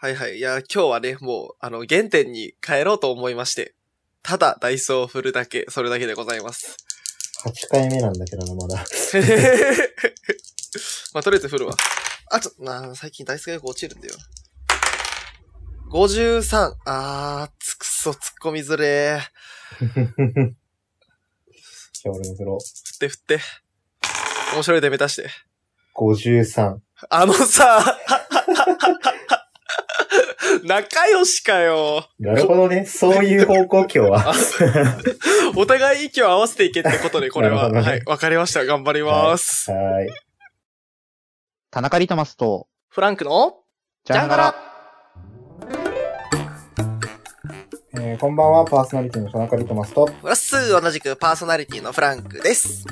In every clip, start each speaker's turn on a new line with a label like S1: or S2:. S1: はいはい。いや、今日はね、もう、あの、原点に帰ろうと思いまして。ただ、ダイソーを振るだけ、それだけでございます。
S2: 8回目なんだけどな、まだ。
S1: まあ、とりあえず振るわ。あ、ちょ、なあ、最近ダイスがよく落ちるんだよ。53。あー、つくそ、突っ込みずれー。
S2: じゃあ俺も振ろう。
S1: 振って振って。面白いで目指して。
S2: 53。
S1: あのさ、 仲良しかよ。
S2: なるほどね。そういう方向今 日は。
S1: あ お互い息を合わせていけってことで、これは。
S2: なるほど
S1: は
S2: ね
S1: い、わかりました。頑張ります。
S2: はい。
S3: 田中リトマスと、
S1: フランクの
S3: じゃんがら。
S2: えーこんばんは、パーソナリティの田中リトマスと、
S1: プラス同じくパーソナリティのフランクです。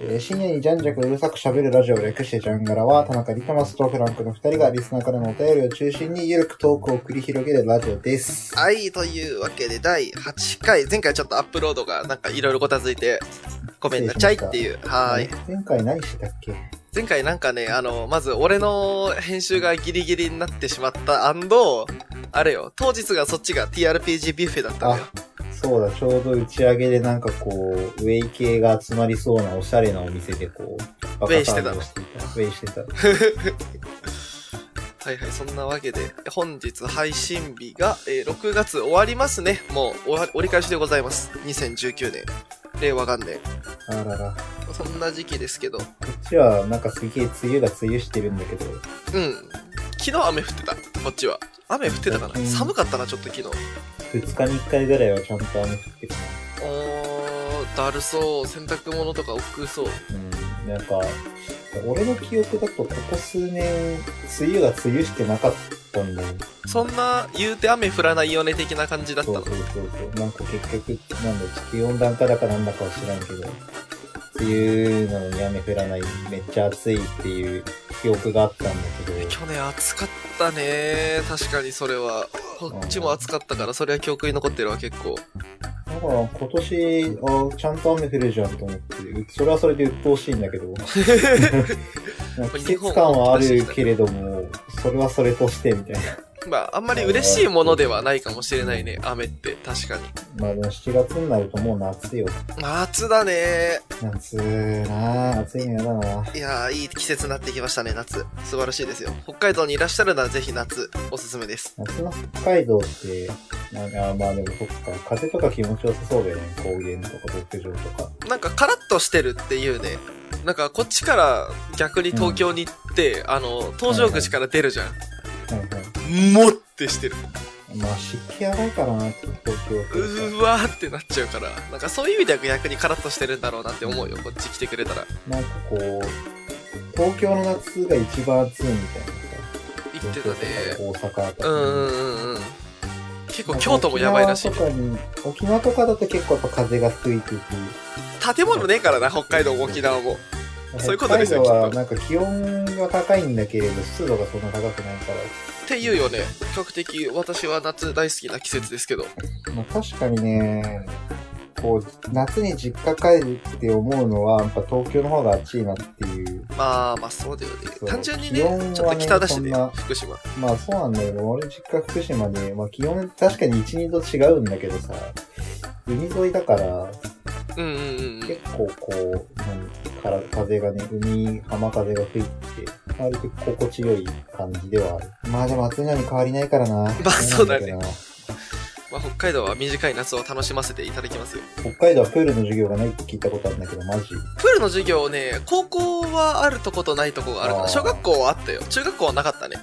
S2: えー深夜にじゃんじゃくうるさく喋るラジオを略してジャンガラは、田中リトマスとフランクの二人がリスナーからのお便りを中心にゆるくトークを繰り広げるラジオです。
S1: はい、というわけで第8回、前回ちょっとアップロードがなんかいろいろごたついて、ごめんなちゃいっていう。はーい。。
S2: 前回何してたっけ
S1: 前回なんかね、あの、まず俺の編集がギリギリになってしまった、アンド、あれよ、当日がそっちが TRPG ビュッフェだったのよ。
S2: そうだ、ちょうど打ち上げでなんかこう、ウェイ系が集まりそうなおしゃれなお店でこう、
S1: ウェイしてたの
S2: バカ騒ぎをしていたウェイしてた。
S1: はいはい、そんなわけで、本日配信日が、えー6月終わりますね。もう終わ折り返しでございます。2019年、令和元年。
S2: あらら。
S1: そんな時期ですけど、
S2: こっちはなんかすげえ梅雨が梅雨してるんだけど、
S1: うん。昨日雨降ってた、こっちは。雨降ってたか
S2: う
S1: な。
S2: ん
S1: 寒かったな、ちょっと昨日。
S2: 2日に1回ぐらいはちゃんと雨降ってる
S1: おー、だるそう。洗濯物とか億劫そう。
S2: うん、なんか、俺の記憶だとここ数年、梅雨が梅雨してなかったんだよ。
S1: そんな、言うて雨降らないよね、的な感じだった
S2: そう
S1: の
S2: そう。そうそう。なんか結局、なんだ、地球温暖化だかなんだかは知らんけど、梅雨なのに雨降らない、めっちゃ暑いっていう記憶があったんだけど、
S1: 去年暑かったね。確かにそれは。こっちも暑かったから、それは記憶に残ってるわ、結 構。
S2: だから今年、あちゃんと雨降るじゃんと思って、うそれはそれで鬱陶しいんだけど、なんか季節感はあるけれども、それはそれとしてみたいな。
S1: まあ、あんまり嬉しいものではないかもしれないね、雨って、確かに。
S2: まあでも7月になるともう夏よ。
S1: 夏だね。
S2: 夏なぁ、暑いの嫌だなぁ。
S1: いやー、いい季節になってきましたね、夏。素晴らしいですよ。北海道にいらっしゃるなら、ぜひ夏、おすすめです。
S2: 夏の北海道って、なんか、あまあでもそっか、風とか気持ちよさそうだよね。高原とか牧場とか。
S1: なんか、カラッとしてるっていうね。なんか、こっちから逆に東京に行って、あの、東上口から出るじゃん。
S2: はいは
S1: もってしてる。
S2: い。まあ湿気やばいからな、東京
S1: う
S2: とか。
S1: わーってなっちゃうから。なんか、そういう意味では逆にカラッとしてるんだろうなって思うよ、こっち来てくれたら。
S2: なんかこう、東京の夏が一番暑いみたいな
S1: 行ってたね
S2: さ。。東京とか大阪と
S1: う
S2: か。
S1: んうんうんうん。結構、京都もやばいらしい
S2: 沖。縄とかに、沖縄とかだと結構やっぱ風が吹いてて、
S1: 建物ねえからな、北海道も沖縄も。そういうことですよ
S2: 北海道は
S1: きっと
S2: なんか気温が高いんだけれど、湿度がそんな高くないから、
S1: っていうよね比較的私は夏大好きな季節ですけど
S2: まあ、確かにね、こう、夏に実家帰るって思うのは、やっぱ東京の方が暑いなっていう。
S1: まあまあそうだよね
S2: そう
S1: 単純に
S2: 気
S1: ね
S2: 温はね
S1: ちょっと北だしね
S2: そんな
S1: 福島
S2: まあそうなんだけど、俺実家福島で、まあ気温確かに1、2度違うんだけどさ、海沿いだから、
S1: うんうんうんうん
S2: 結構こう、何から風がね、海、浜風が吹いて、割と心地よい感じではある。まあでも暑いのに変わりないから な。ま
S1: あそうだねまあ、北海道は短い夏を楽しませていただきますよ
S2: 北海道はプールの授業がないって聞いたことあるんだけど、マジ。
S1: プールの授業ね高校はあるとことないとこがあるか
S2: あ
S1: ら
S2: ー
S1: 小学校はあったよ中学校はなかったね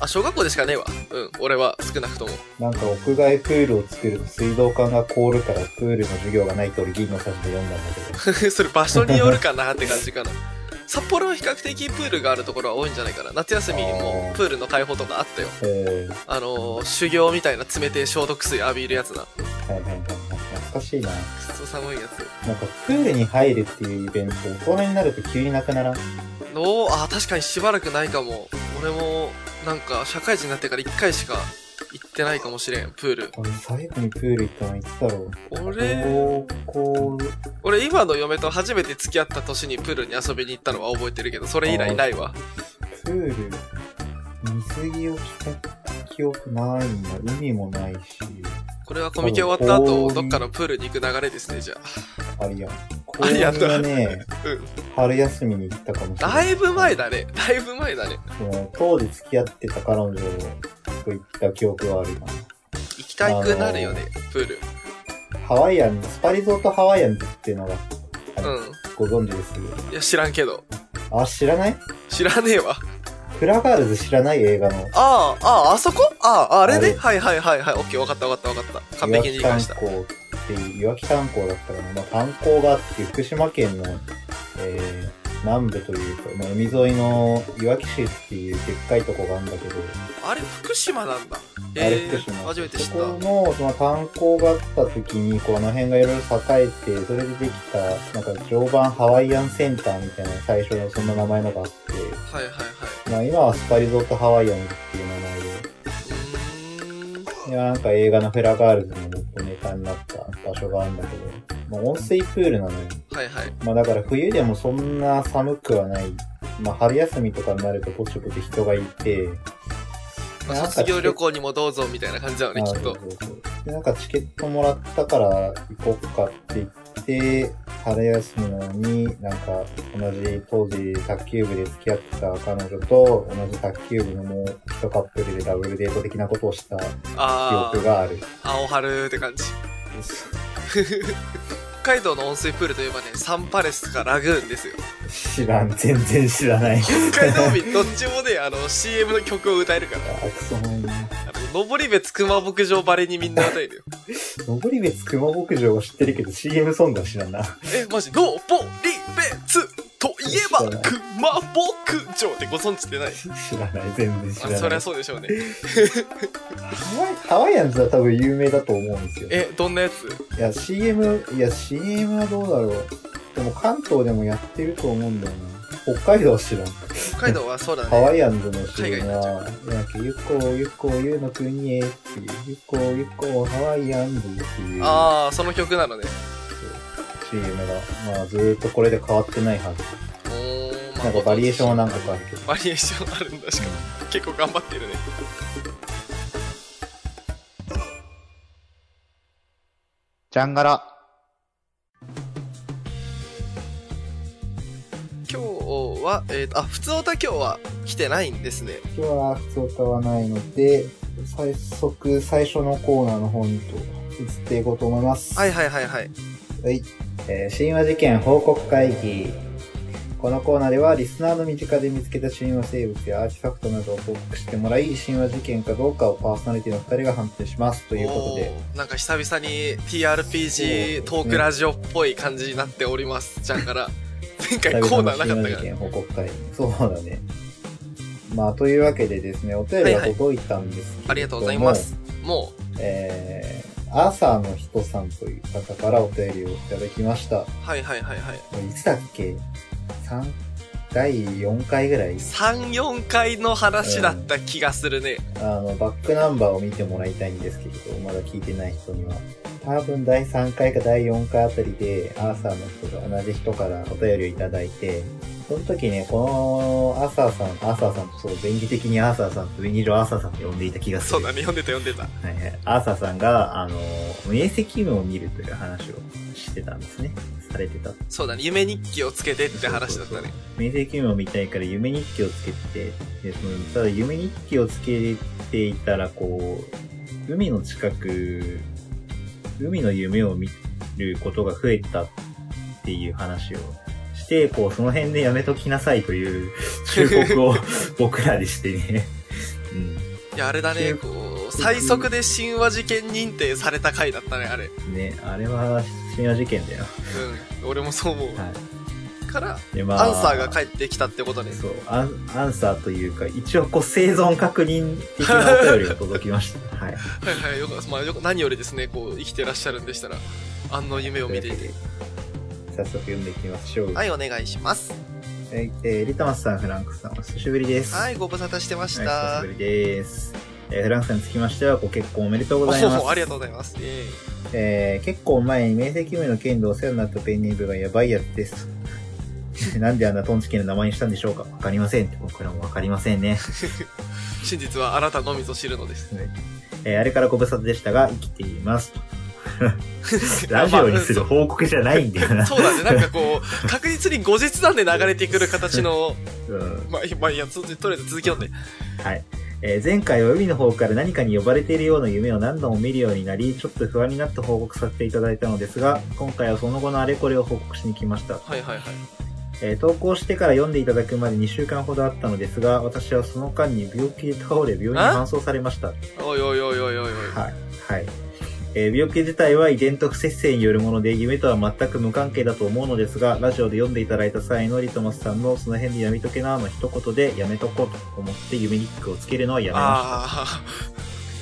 S1: あ小学校でしかねえわうん俺は少なくとも
S2: なんか屋外プールを作ると水道管が凍るからプールの授業がないと俺銀の冊子で読んだんだけど。
S1: それ場所によるかなって感じかな 札幌は比較的プールがあるところは多いんじゃないかな夏休みもプールの開放とかあったよ
S2: え
S1: あのー修行みたいな冷てえ消毒水浴びるやつな
S2: ー、はいはいはいはい。懐かしいな。
S1: くっそ寒いやつ
S2: なんかプールに入るっていうイベント、大人になると急になくならん。
S1: のあー確かにしばらくないかも俺もなんか社会人になってから1回しか行ってないかもしれんプール
S2: 俺最後にプール行ったのいつだろう。
S1: 俺
S2: 高校、
S1: 俺今の嫁と初めて付き合った年にプールに遊びに行ったのは覚えてるけどそれ以来ないわ
S2: プール、水着を着た記憶ないんだ。海もないし。
S1: これはコミケ終わった後、どっかのプールに行く流れですね、じゃ
S2: ありやん。公
S1: あ りや
S2: 園
S1: んだ
S2: がね、
S1: うん
S2: 春休みに行ったかもしれ
S1: あ。
S2: ない。
S1: だいぶ前だね。だいぶ前だね。
S2: その当時付き合ってた彼女と行った記憶はあるか
S1: 行きたくなるよね、プール。
S2: な。ハワイアン、スパリゾートハワイアンズっていうのが
S1: う
S2: ご存知ですけど。
S1: ん。いや、知らんけど。
S2: あ、知らない
S1: 知らねえわ。
S2: フラガールズ知らない映画の。
S1: ああ、ああ、あそこああ、あれね。
S2: あ
S1: はいはいはいはい。オッケー、わかったわかったわかった。完璧に理解した
S2: 岩。木炭鉱っていう、岩木炭鉱だったかな。まあ、炭鉱があって、福島県の、えー、南部というか、まあ、海沿いの岩木市っていうでっかいとこがあるんだけど、
S1: あれ、福島なんだ。
S2: あれ
S1: え
S2: 福
S1: え
S2: 島。
S1: 初めて知っ
S2: そ
S1: た。
S2: こ
S1: うん。
S2: の、その炭鉱があった時に、この辺がいろいろ栄えて、それでできた、なんか常磐ハワイアンセンターみたいな最初のそんな名前のがあっ
S1: はいはいはい。
S2: て、まあ今はスパリゾートハワイアンズっていう名前で、
S1: うーん。
S2: いや、なんか映画のフェラガールズの元ネタになった場所があるんだけど、まあ、温水プールなのよ。
S1: はいはい。
S2: まあだから冬でもそんな寒くはない。まあ春休みとかになるとポチポチ人がいて、
S1: まあ
S2: なんか
S1: 卒業旅行にもどうぞみたいな感じだよね、
S2: あ
S1: き
S2: そう
S1: っと。
S2: そうそうで、なんかチケットもらったから行こっかって言って、春休みなのに、なんか同じ当時卓球部で付き合ってた彼女と同じ卓球部のもう一カップルでダブルデート的なことをした記
S1: あ
S2: 憶がある。
S1: あ、青春って感じ。 北海道の温水プールといえばね、サンパレスかラグーン ですよ。
S2: 知らん、全然知らない。
S1: 北海道民どっちもね、あの、CM の曲を歌えるから。
S2: あ、くそもい な。
S1: あの、登別熊牧場バレにみんな歌えるよ。
S2: 登別熊牧場は知ってるけど CM ソングは知らんな。
S1: え、マジ、登別といえば
S2: 知らない
S1: 熊牧場ってご存知ってない
S2: 知らない、全然知
S1: あ
S2: らない。
S1: そりゃそうでしょうね。
S2: ハワイハワイアンズは多分有名だと思うんですよ。
S1: え、どんなやつ
S2: いや、CM、いや、CM はどうだろう。でも関東でもやってると思うんだよな。北海道は知らん。
S1: 北海道はそうだ
S2: ハ
S1: ね。
S2: ワイアンズの
S1: 海外
S2: CM
S1: になっちゃ
S2: は、なんか、ゆっこゆっこゆうの国へっていう、ゆっこゆっこハワイアンズっていう
S1: ああ、その曲なのね。
S2: CM が、まあずーっとこれで変わってないはず。
S1: おー、まあ
S2: なんかバリエーションは何個かあるけど。
S1: バリエーションあるんだ、しかも。結構頑張ってるね。
S4: ジャンガラ。
S1: 今日は、えっ、と、あ、普通オタ今日は来てないんですね。
S2: 今日は普通歌はないので、最速最初のコーナーの方にと移っていこうと思います。
S1: はいはいはいはい。
S2: はい。えー、神話事件報告会議。このコーナーでは、リスナーの身近で見つけた神話生物やアーティファクトなどを報告してもらい、神話事件かどうかをパーソナリティの2人が判定します。と
S1: と
S2: いうことで、
S1: なんか久々に TRPG
S2: そう
S1: トークラジオっぽい感じになっております、ちゃんから。前回コーナーなかった
S2: 久々の神話
S1: か
S2: 事
S1: ら。
S2: 件報告会議。そうだね。まあ、というわけでですね、お便りが届いたんですけれども、
S1: ありがとうございます。も
S2: えー、アーサーの人さんという方からお便りをいただきました。
S1: う、はいはいはいはい。
S2: これいつだっけ ?3、第4回ぐらい
S1: 3、4回の話だった気がするね。
S2: あの、バックナンバーを見てもらいたいんですけれど、まだ聞いてない人には。多分第3回か第4回あたりで、アーサーの人が同じ人からお便りをいただいて、その時ね、このアーサーさん、アーサーさんとそう、便宜的にアーサーさんと便宜上アーサーさんって呼んでいた気がす
S1: そ
S2: る。
S1: うだね、読んでた読んでた。
S2: はいはい。アーサーさんが、あの、明晰夢を見るという話をしてたんですね。されてた。
S1: そうだね、夢日記をつけてって話だったね。
S2: 明晰夢を見たいから夢日記をつけてて、でそのただ夢日記をつけていたら、こう、海の近く、海の夢を見ることが増えたっていう話をして、こう、その辺でやめときなさいという 忠告を 僕らでしてね。
S1: いや、あれだね、こう、最速で神話事件認定された回だったね、あれ。
S2: うん。ね、あれは深夜事件だよ。
S1: うん、俺もそう思う。
S2: は
S1: から、
S2: い。で、ま
S1: アンサーが返ってきたってことね。
S2: そうアン、アンサーというか、一応こう、生存確認的なお便りが届き ました。はい。
S1: はいはい、よく、まあ、よく、何よりですね、こう、生きてらっしゃるんでしたら、あの夢を見ていて。
S2: 早速読んでいきましょう。。
S1: はいい、お願いします。
S2: えー、リトマスさん、フランクさん、お久しぶりです。。
S1: はいい、ご無沙汰してまし
S2: お久
S1: た
S2: しぶ。りです。えーフランクさんにつきましては、ご結婚おめでとう
S1: お
S2: ございます。
S1: ありがとうございます。え
S2: えー結構前に明晰夢の剣道お世話になったペンネーブがやばいやつです。 なんであんなトンチキンの名前にしたんでしょうかわかりません。僕らもわかりませんね。
S1: 真実はあなたのみぞ知るのです。
S2: えーあれからご無沙汰でしたが、生きています。ラジオにする報告じゃないんだよ な。
S1: そうだね、なんかこう、確実に後日談で流れてくる形 の、
S2: うん
S1: まあ、いまあ、いや、ととりあえず続き読んで。
S2: えー前回は海の方から何かに呼ばれているような夢を何度も見るようになり、ちょっと不安になって報告させていただいたのですが、今回はその後のあれこれを報告しに来ました。
S1: はいはいはい。
S2: えー投稿してから読んでいただくまで2週間ほどあったのですが、私はその間に病気で倒れ病院に搬送されました。はい。
S1: おいおいおいおいおいおい。
S2: はい。えー病気自体は遺伝と不摂生によるもので、夢とは全く無関係だと思うのですが、ラジオで読んでいただいた際のリトマスさんのその辺でやめとけなーの一言でやめとこうと思って夢ニックをつけるのはやめま
S1: ああ、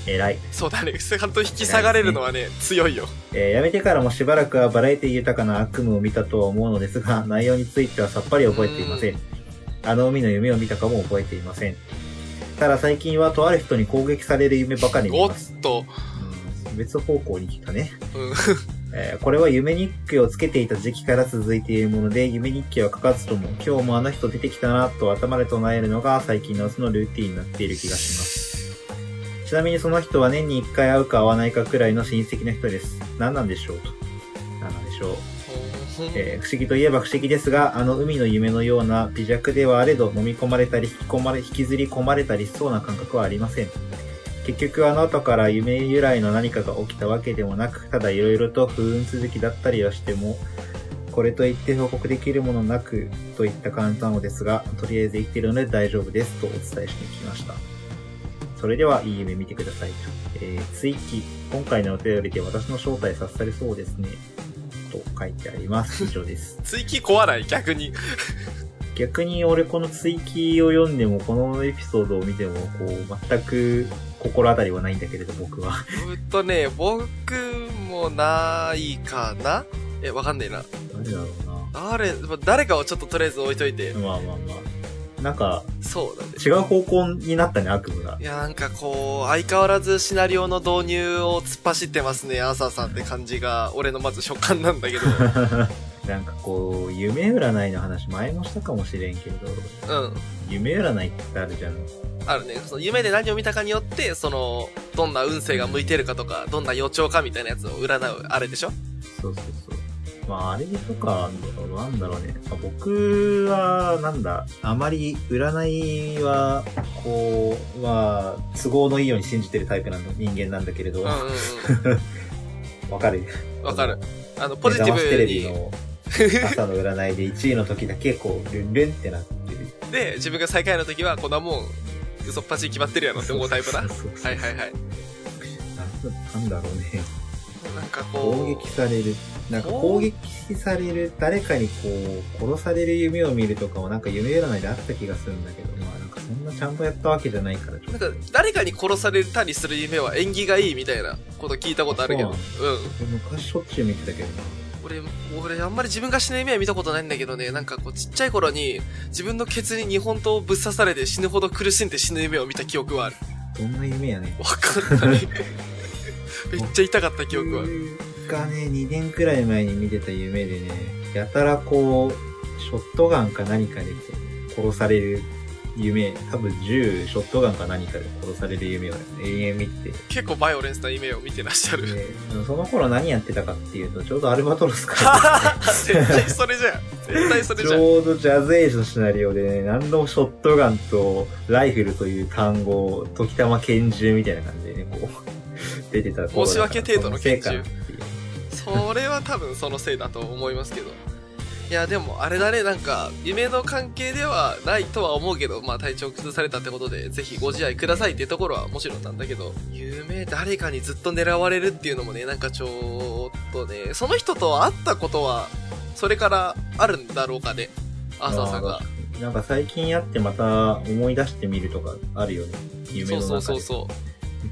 S2: した。偉い。
S1: そうだね、薄半と引き下がれるのはね、強いよ。
S2: えーやめてからもしばらくはバラエティ豊かな悪夢を見たとは思うのですが、 内容についてはさっぱり覚えていませ。
S1: うん
S2: あの海の夢を見たかも覚えていません。ただ最近はとある人に攻撃される夢ばかり見
S1: おっ
S2: ます。
S1: と、
S2: うん別方向に来たね。
S1: うん、
S2: えーこれは夢日記をつけていた時期から続いているもので、夢日記は書かずとも、今日もあの人出てきたなと頭で唱えるのが最近のそのルーティンになっている気がします。ちなみにその人は年に1回会うか会わないかくらいの親戚の人です。何なんでしょうと。何なんでしょう。
S1: ほん
S2: えー不思議といえば不思議ですが、あの海の夢のような微弱ではあれど飲み込まれたり引き込まれ、引きずり込まれたりしそうな感覚はありません。結局あの後から夢由来の何かが起きたわけでもなく、ただ色々と不運続きだったりはしても、これといって報告できるものなくといった感じなのですが、とりあえず生きてるので大丈夫ですとお伝えしてきました。それでは、いい夢見てくださいと。えー、追記、今回のお便りで私の正体察されそうですね。と書いてあります。以上です。
S1: 追記壊ない、逆に。
S2: 逆に俺この追記を読んでも、このエピソードを見ても、こう、全く心当たりはないんだけれど、僕は。
S1: うっとね、僕もないかなえ、わかんねえな。
S2: 誰だろうな。
S1: 誰、誰かをちょっととりあえず置いといて。
S2: まあまあまあ。なんか、
S1: そうだね。
S2: 違う方向になったね、悪夢が
S1: い。や、なんかこう、相変わらずシナリオの導入を突っ走ってますね、アーサーさんって感じが、俺のまず所感なんだ けど。
S2: なんかこう、夢占いの話前もしたかもしれんけど、
S1: うん。
S2: 夢占いってあるじゃん。
S1: あるね。その夢で何を見たかによって、その、どんな運勢が向いてるかとか、どんな予兆かみたいなやつを占う、あれでしょ
S2: そうそうそう。まあ、あれとか、なんだろうね。まあ僕は、なんだ、あまり占いは、こう、まあ、都合のいいように信じてるタイプなんだ人間なんだけれど、
S1: うん
S2: わ、
S1: うん
S2: かる
S1: うん。わか る。あの、ポジティ
S2: 目覚ましテ
S1: ブ
S2: レビ
S1: に、
S2: の朝の占いで1位の時だけ、こう、ルンルンってなってる。
S1: で、自分が最下位の時は、こんなもん、嘘っぱちに決まってるやろって思うタイプな。は
S2: そ
S1: いう
S2: そうそう
S1: はいはい。
S2: なんだろうね。
S1: なんか
S2: 攻
S1: こ
S2: 撃される。なんか攻撃される、誰かにこう、殺される夢を見るとかはなんか夢占いであった気がするんだけど、まあなんかそんなちゃんとやったわけじゃないから、ち
S1: う、
S2: ょ
S1: な
S2: っ
S1: ん
S2: と
S1: か、誰かに殺されたりする夢は縁起がいいみたいなこと聞いたことあるけど。う
S2: そ
S1: ん
S2: う。昔しょっちゅう見てたけどな。
S1: 俺、俺、あんまり自分が死ぬ夢は見たことないんだけどね、なんかこう、ちっちゃい頃に、自分のケツに日本刀をぶっ刺されて死ぬほど苦しんで死ぬ夢を見た記憶はある。
S2: どんな夢やね。
S1: わかん ない。めっちゃ痛かった記憶はある。
S2: 僕がね、2年くらい前に見てた夢でね、やたらこう、ショットガンか何かで殺される夢、多分銃、ショットガンか何かで殺される夢を永遠見てて、
S1: 結構バイオレンスな夢を見てらっしゃる。
S2: でその頃何やってたかっていうと、ちょうどアルバトロスから、
S1: 絶対それじゃん。 絶対それ
S2: ち
S1: じゃん。
S2: ょうどジャズエイジのシナリオでね、何度もショットガンとライフルという単語を、時たま拳銃みたいな感じでね、こう、 出てた頃だから
S1: 申し訳程度の拳銃
S2: そのせいかなっていう
S1: それは多分そのせいだと思いますけど。いや、でもあれだね、なんか、夢の関係ではないとは思うけど、まあ体調崩されたってことで、ぜひご自愛くださいっていうところはもちろんなんだけど、夢誰かにずっと狙われるっていうのもね、なんかちょっとね、その人と会ったことは、それからあるんだろうかね、アーサーさんが。
S2: なんか最近やってまた思い出してみるとかあるよね。
S1: そ
S2: 夢の
S1: う
S2: 中で。
S1: そうそうそ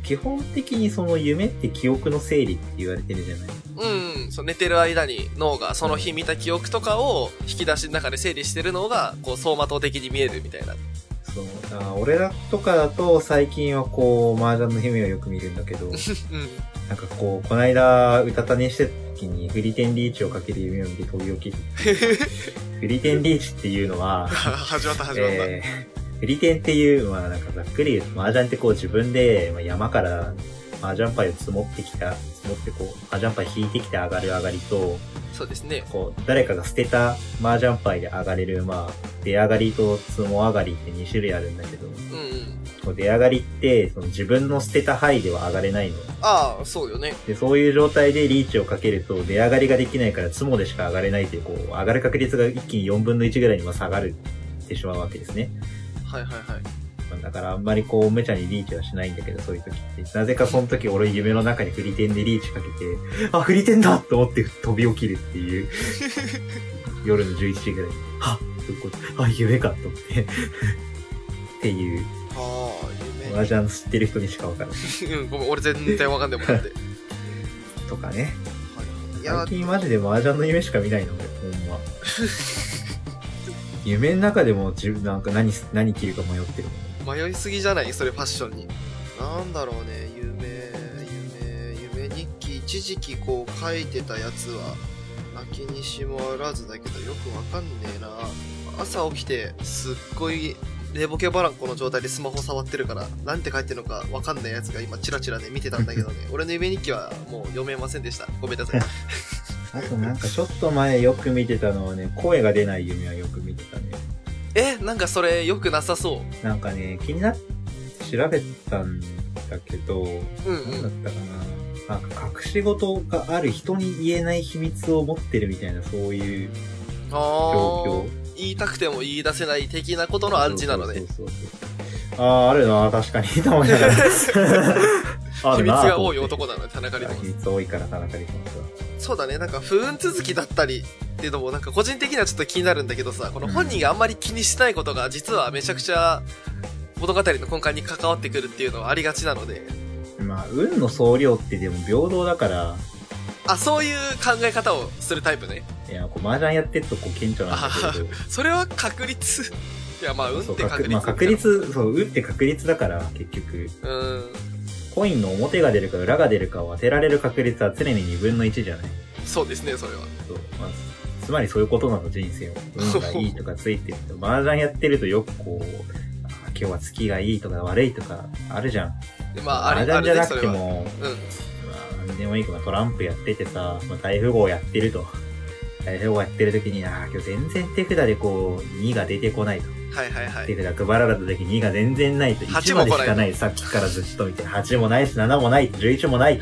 S2: 基本的にその夢って記憶の整理って言われてるじゃない。
S1: う。うん、そう寝てる間に脳がその日見た記憶とかを引き出しの中で整理してるのが、こう、走馬灯的に見えるみたいな。
S2: そうあ俺らとかだと最近はこう、麻雀の姫をよく見るんだ けど、
S1: うん。、
S2: なんかこう、こないだ、うたた寝してた時に、フリテンリーチをかける夢を見て飛び起きる。フリテンリーチっていうのは
S1: 始まった 始まった。
S2: えー、フリテンっていう、まあなんかざっくり言うと、麻雀ってこう自分で、まあ、山から麻雀パイを積もってきた、積もってこう、麻雀パイ引いてきて上がる上がりと、
S1: そうですね。
S2: こう、誰かが捨てた麻雀パイで上がれる、まあ、出上がりと積も上がりって2種類あるんだけど、
S1: うんうん。
S2: こう出上がりって、その自分の捨てた範囲では上がれないの。
S1: ああ、そうよね。
S2: で、そういう状態でリーチをかけると、出上がりができないから、ツモでしか上がれないという、こう、上がる確率が一気に4分の1ぐらいにまあ下がるってしまうわけですね。
S1: はいはいはい。
S2: まあだからあんまりこう、めちゃにリーチはしないんだけど、そういう時って。なぜかその時、俺夢の中に振り点でリーチかけて、あ、振り点だと思って飛び起きるっていう。夜の11時ぐらいに、はっとこうあ、夢かと思って。っていう、
S1: あ
S2: 麻雀知ってる人にしかわからない。
S1: あ、夢。 うん、ごめん、俺全然わかんないもん だって。
S2: とかね。
S1: いや
S2: 最、近マジで麻雀の夢しか見ないの俺ほんま夢の中でも自分なんか何す何着るか迷ってるもん
S1: 迷いすぎじゃないそれファッションに。なんだろうね、夢、夢、夢日記、一時期こう書いてたやつは、泣きにしもあらずだけど、よくわかんねえな。朝起きて、すっごい、寝ぼけばらんこの状態でスマホ触ってるから、なんて書いてるのかわかんないやつが今、チラチラね、見てたんだけ どね。俺の夢日記はもう読めませんでした。ごめんなさい。
S2: あとなんかちょっと前よく見てたのはね声が出ない夢はよく見てたね
S1: え、なんかそれ、良くなさそ
S2: なんかね気になって調べたんだけど
S1: う。うんう
S2: 何
S1: ん
S2: だ。ったかななんか隠し事がある人に言えない秘密を持ってるみたいなそういう状
S1: あ
S2: 況
S1: あ。言いたくても言い出せない的なことの暗示なのね。
S2: そうそうそうそうあああるな 確かにと思いながらあ
S1: 秘
S2: る
S1: 密
S2: な
S1: が
S2: と思
S1: 多
S2: っ
S1: い
S2: て
S1: 男なのね、田中理
S2: 秘
S1: 人
S2: 密多いから田中理想さ
S1: そうだね、なんか不運続きだったりっていうのも、なんか個人的にはちょっと気になるんだけどさ、この本人があんまり気にしないことが、実はめちゃくちゃ物語の根幹に関わってくるっていうのはありがちなので、
S2: ん。まあ、運の総量ってでも平等だから、
S1: あ、そういう考え方をするタイプね。
S2: いや、こう、麻雀やってっとこう、顕著なんだけど、
S1: それは確率。いや、まあ、運っ
S2: そう
S1: て確率。
S2: まあ、確。率、そう、運って確率だから、結局、
S1: うん。
S2: コインの表が出るか裏が出るかを当てられる確率は常に2分の1じゃない。
S1: そうですね、それは。
S2: そう、まあ、つまりそういうことなの、人生は。運がいいとかついてると。麻雀やってるとよくこう、あー今日は月がいいとか悪いとかあるじゃん。
S1: でまあ、あれ、あ
S2: 麻雀じゃ
S1: れね、
S2: な
S1: それ
S2: くて
S1: は。
S2: も、
S1: うん。
S2: まあ、何でもいいか、まあ、トランプやっててさ、まあ、大富豪やってると。 大富豪やってる時に、ああ、今日全然手札でこう、2が出てこないと。
S1: はいはいはい。
S2: 手札配られた時に2が全然ないと。
S1: 8
S2: 1
S1: も
S2: ま
S1: 来な
S2: でし
S1: い
S2: かない。さっきからずっと見て、8もないし、7もない、11もない。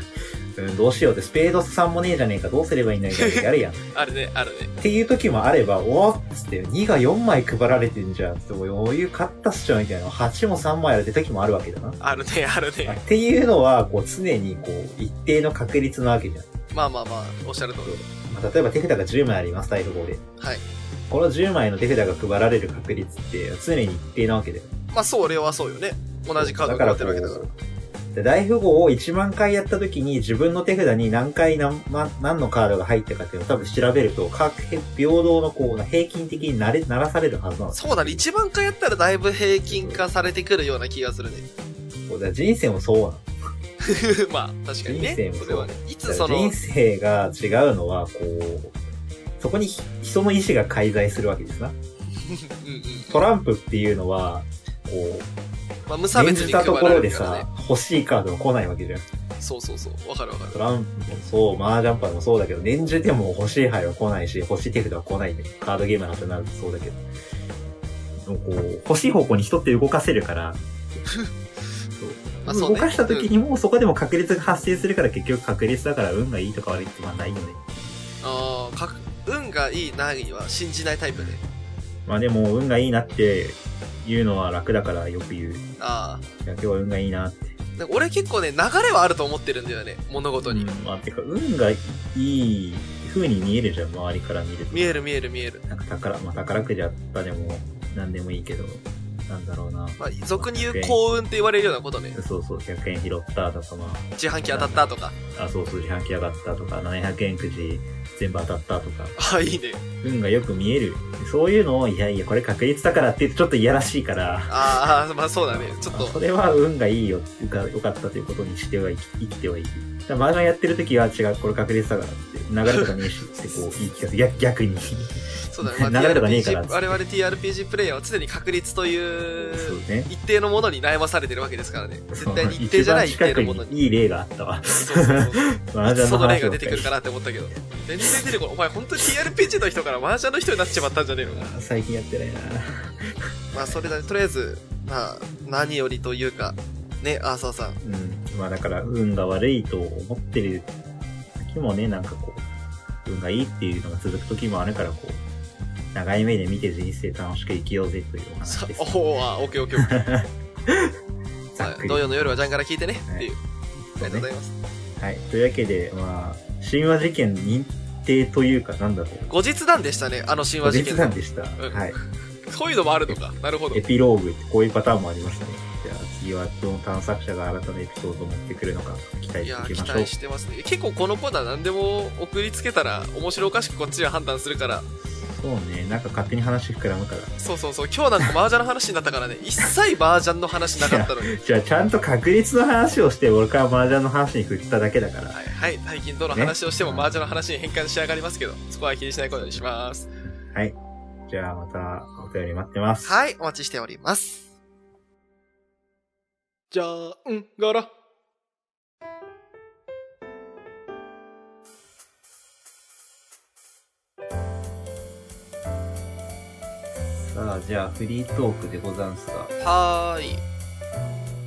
S2: うん、どうしようって、スペード3もねえじゃねえか、どうすればいいんだみたいな時あるやん。っ
S1: あるね、あるね。
S2: ていう時もあれば、おーっつって、2が4枚配られてんじゃん。って、おいう勝ったっしょみたいな。8も3枚あるって時もあるわけだな。
S1: あるね、あるね。
S2: っていうのは、こう、常にこう、一定の確率なわけじゃん。
S1: まあまあまあ、おっしゃる通り。
S2: まあ、例えば手札が10枚あります、大富豪で。
S1: はい。
S2: この10枚の手札が配られる確率って常に一定なわけだよ。
S1: まあ、それはそうよね。同じカードを持ってるわけだから。
S2: こうで大富豪を1万回やった時に自分の手札に何回何万何のカードが入ったかっていうのを多分調べると、各平等のこう、平均的になれ、ならされるはずなの。
S1: そうだね、一番回やったらだいぶ平均化されてくるような気がするね。
S2: こうだから人生もそうなの。
S1: まあ、確かにね。
S2: 人生もそう
S1: それはね。いつ
S2: だ
S1: そ
S2: から
S1: の
S2: 人、生が違うのは、こう、そこにひ人の意志が介在するわけですな。
S1: うんうん。
S2: トランプっていうのは、こう、
S1: まあ、無差別に
S2: 演じた
S1: 配
S2: とこ
S1: ら
S2: ろ
S1: れ
S2: で
S1: るから
S2: さ
S1: ね。、
S2: 欲しいカードが来ないわけじゃん。
S1: そうそうそう。わかるわかる。
S2: トランプもそう、マージャンパーもそうだけど、年中でも欲しい牌は来ないし、欲しい手札は来ない。カードゲームなんてなるとそうだけど。でもこう、欲しい方向に人って動かせるから、
S1: まあ、
S2: そう
S1: そう
S2: 動
S1: ね。
S2: かした
S1: う
S2: 時
S1: ん
S2: にもうそこでも確率が発生するから、結局確率だから運がいいとか悪いってまあないよね。
S1: ああ、かく運がいいないは信じないタイプね。
S2: まあでも、運がいいなって言うのは楽だからよく言う。い
S1: あ
S2: や今日は運がいいなって。
S1: あ。なんか俺結構ね、流れはあると思ってるんだよね。物事に。
S2: うんまあてか、運がいい風に見えるじゃん、周りから見ると。
S1: 見える見える見える。
S2: なんか宝、まあ、宝くじあったでも、なんでもいいけど、なんだろうな。
S1: まあ、俗に言う幸運って言われるようなことね。
S2: そうそう、100円拾ったとか、ま
S1: 自販機当たったとか。
S2: あ、あ、そうそう、自販機上がったとか、700円くじ全部当たったとか、
S1: ああ、いいね。
S2: 運がよく見える。そういうのを、いやいや、これ確率だからって言うとちょっといやらしいから、
S1: ああ、まあそうだね。ちょっ
S2: あ
S1: と、
S2: それは運がいいよっていうか、良かったということにしてはいき生きてはいる。だから漫画やってる時は違う、これ確率だからって、流れとかねえしってこう言い聞かせ、逆逆に。
S1: そうだね。まあ、
S2: 流れとかねえから
S1: TRPG 我々 TRPG プレイヤーは常に確率と
S2: そ
S1: いう
S2: うね。
S1: 一定のものに悩まされてるわけですからね。絶対に一定じゃない一
S2: 一番
S1: 定の
S2: 近
S1: も
S2: く
S1: の
S2: に
S1: に。
S2: いい例があったわ。
S1: そうそう そう。
S2: 麻雀
S1: そ
S2: の
S1: の例
S2: 話
S1: が
S2: を
S1: 出てくるか なって思ったけど。全然出てこない。お前本当に TRPG の人からマージャンの人になっちまったんじゃねえのかな。
S2: 最近やってないな。
S1: まあそれだね。とりあえず、まあ何よりというか、ね、アーサーさん。
S2: うん。まあだから、運が悪いと思ってる時もね、なんかこう、運がいいっていうのが続く時もあるから、こう、長い目で見て人生楽しく生きようぜというお話
S1: さ
S2: です。
S1: おお、あ、オッケーオッケーオッケ ー。
S2: ざっくり。
S1: 土曜の夜はジャンから聞いてね。っていう。あり
S2: そ
S1: が
S2: う
S1: とう
S2: ね
S1: ございます。
S2: はい。というわけで、まあ、神話事件認定というか、なんだろう。
S1: 後日談でしたね、あの神話事件。
S2: 談でした。
S1: ん
S2: はい。
S1: そういうのもあるのか。なるほど
S2: エ。ピローグってこういうパターンもありますね。じゃあ次はどの探索者が新たなエピソードを持ってくるのか期待
S1: いや
S2: していき
S1: 期
S2: ましょう
S1: 待。してますね結構このコーナー何でも送りつけたら面白おかしくこっちが判断するから
S2: そうね、なんか勝手に話膨らむから。
S1: そうそうそう今日なんか麻雀の話になったから ね一切麻雀の話なかったのに
S2: じゃあちゃんと確率の話をして、俺から麻雀の話に振っただけだから。
S1: はい、はい、最近どの話をしても麻雀の話に変換し上がりますけどそこは気にしないことにします
S2: はい。じゃあまたお便り待ってます。
S1: はいお待ちしておりますじゃあうんがら
S2: さあ、じゃあフリートークでござんすが、
S1: はーい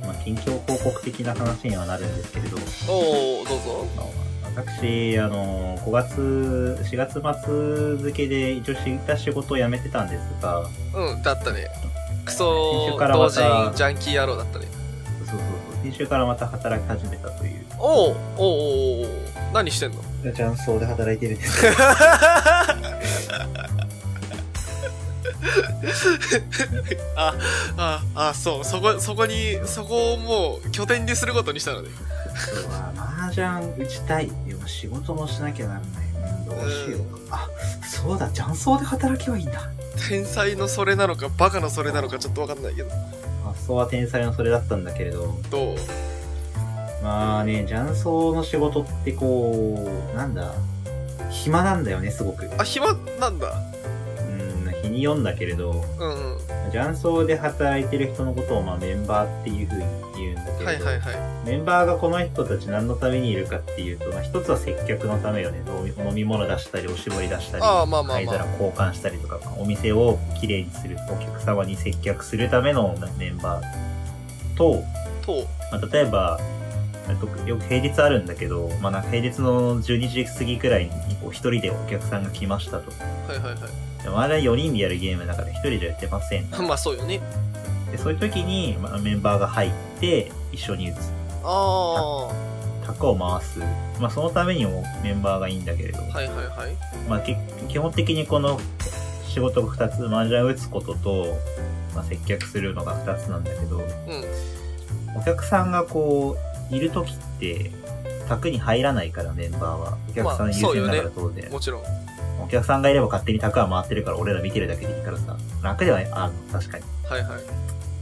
S2: まあ近況報告的な話にはなるんですけれど、
S1: おおどうぞ
S2: 私、あの、5月、4月末付けで一応知った仕事を辞めてたんですが、
S1: うんだったねク
S2: 先
S1: ソ
S2: 週から
S1: 同
S2: ま
S1: 人
S2: た
S1: ジャンキー野郎だったね
S2: そうそうそう、先週からまた働き始めたという。
S1: おうおうおうおうおう何してんの
S5: ちゃん、そうで働いてるんです。
S1: あ、あ、あ、そう、そこ、そこに、そこをもう拠点にすることにしたので。
S2: うわ麻雀打ちたい。でも仕事もしなきゃなんない。うんどうしよう。あ、そうだ、雀荘で働けばいいんだ。
S1: 天才のそれなのか、バカのそれなのか、ちょっとわかんないけど。
S2: 発想は天才のそれだったんだけれど、
S1: どう
S2: まあね、雀荘の仕事ってこう、なんだ、暇なんだよね、すごく。
S1: あ、暇なんだ。
S2: うん、日に読んだけれど、
S1: うんうん。
S2: 雀荘で働いてる人のことを、まあメンバーっていう風に言うんだけ
S1: は
S2: れ
S1: い
S2: ど、
S1: はいはい。
S2: メンバーがこの人たち何のためにいるかっていうと、まあ、一つは接客のためよね。飲み飲み物出したり、おしぼり出したり、
S1: ああまあまあまあ
S2: 灰皿交換したりとか、まあお店をきれいにする、お客様に接客するためのメンバーと、
S1: と、
S2: まあ、例えば、えっとよく平日あるんだけど、まあ、なんか平日の12時過ぎくらいにこう一人でお客さんが来ましたと。
S1: はいはいは
S2: でもあれは4人でやるゲームだから一人じゃやってません。
S1: い。 まあそうよね。
S2: でそういう時に、まあ、メンバーが入って一緒に打つ。
S1: ああ
S2: タカを回す。まあ、そのためにもメンバーがいいんだけれど、
S1: ー、はいはいはい。
S2: まあ、け基本的にこの仕事が2つ、麻雀打つことと、まあ、接客するのが2つなんだけど、お客さんがこう、いる時って、宅に入らないからメンバーは。お客さん優先だから当然。
S1: もちろん。は
S2: お客さんがいれば勝手に宅は回ってるから俺ら見てるだけでいいからさ。楽ではあるの、確かに。
S1: いはい。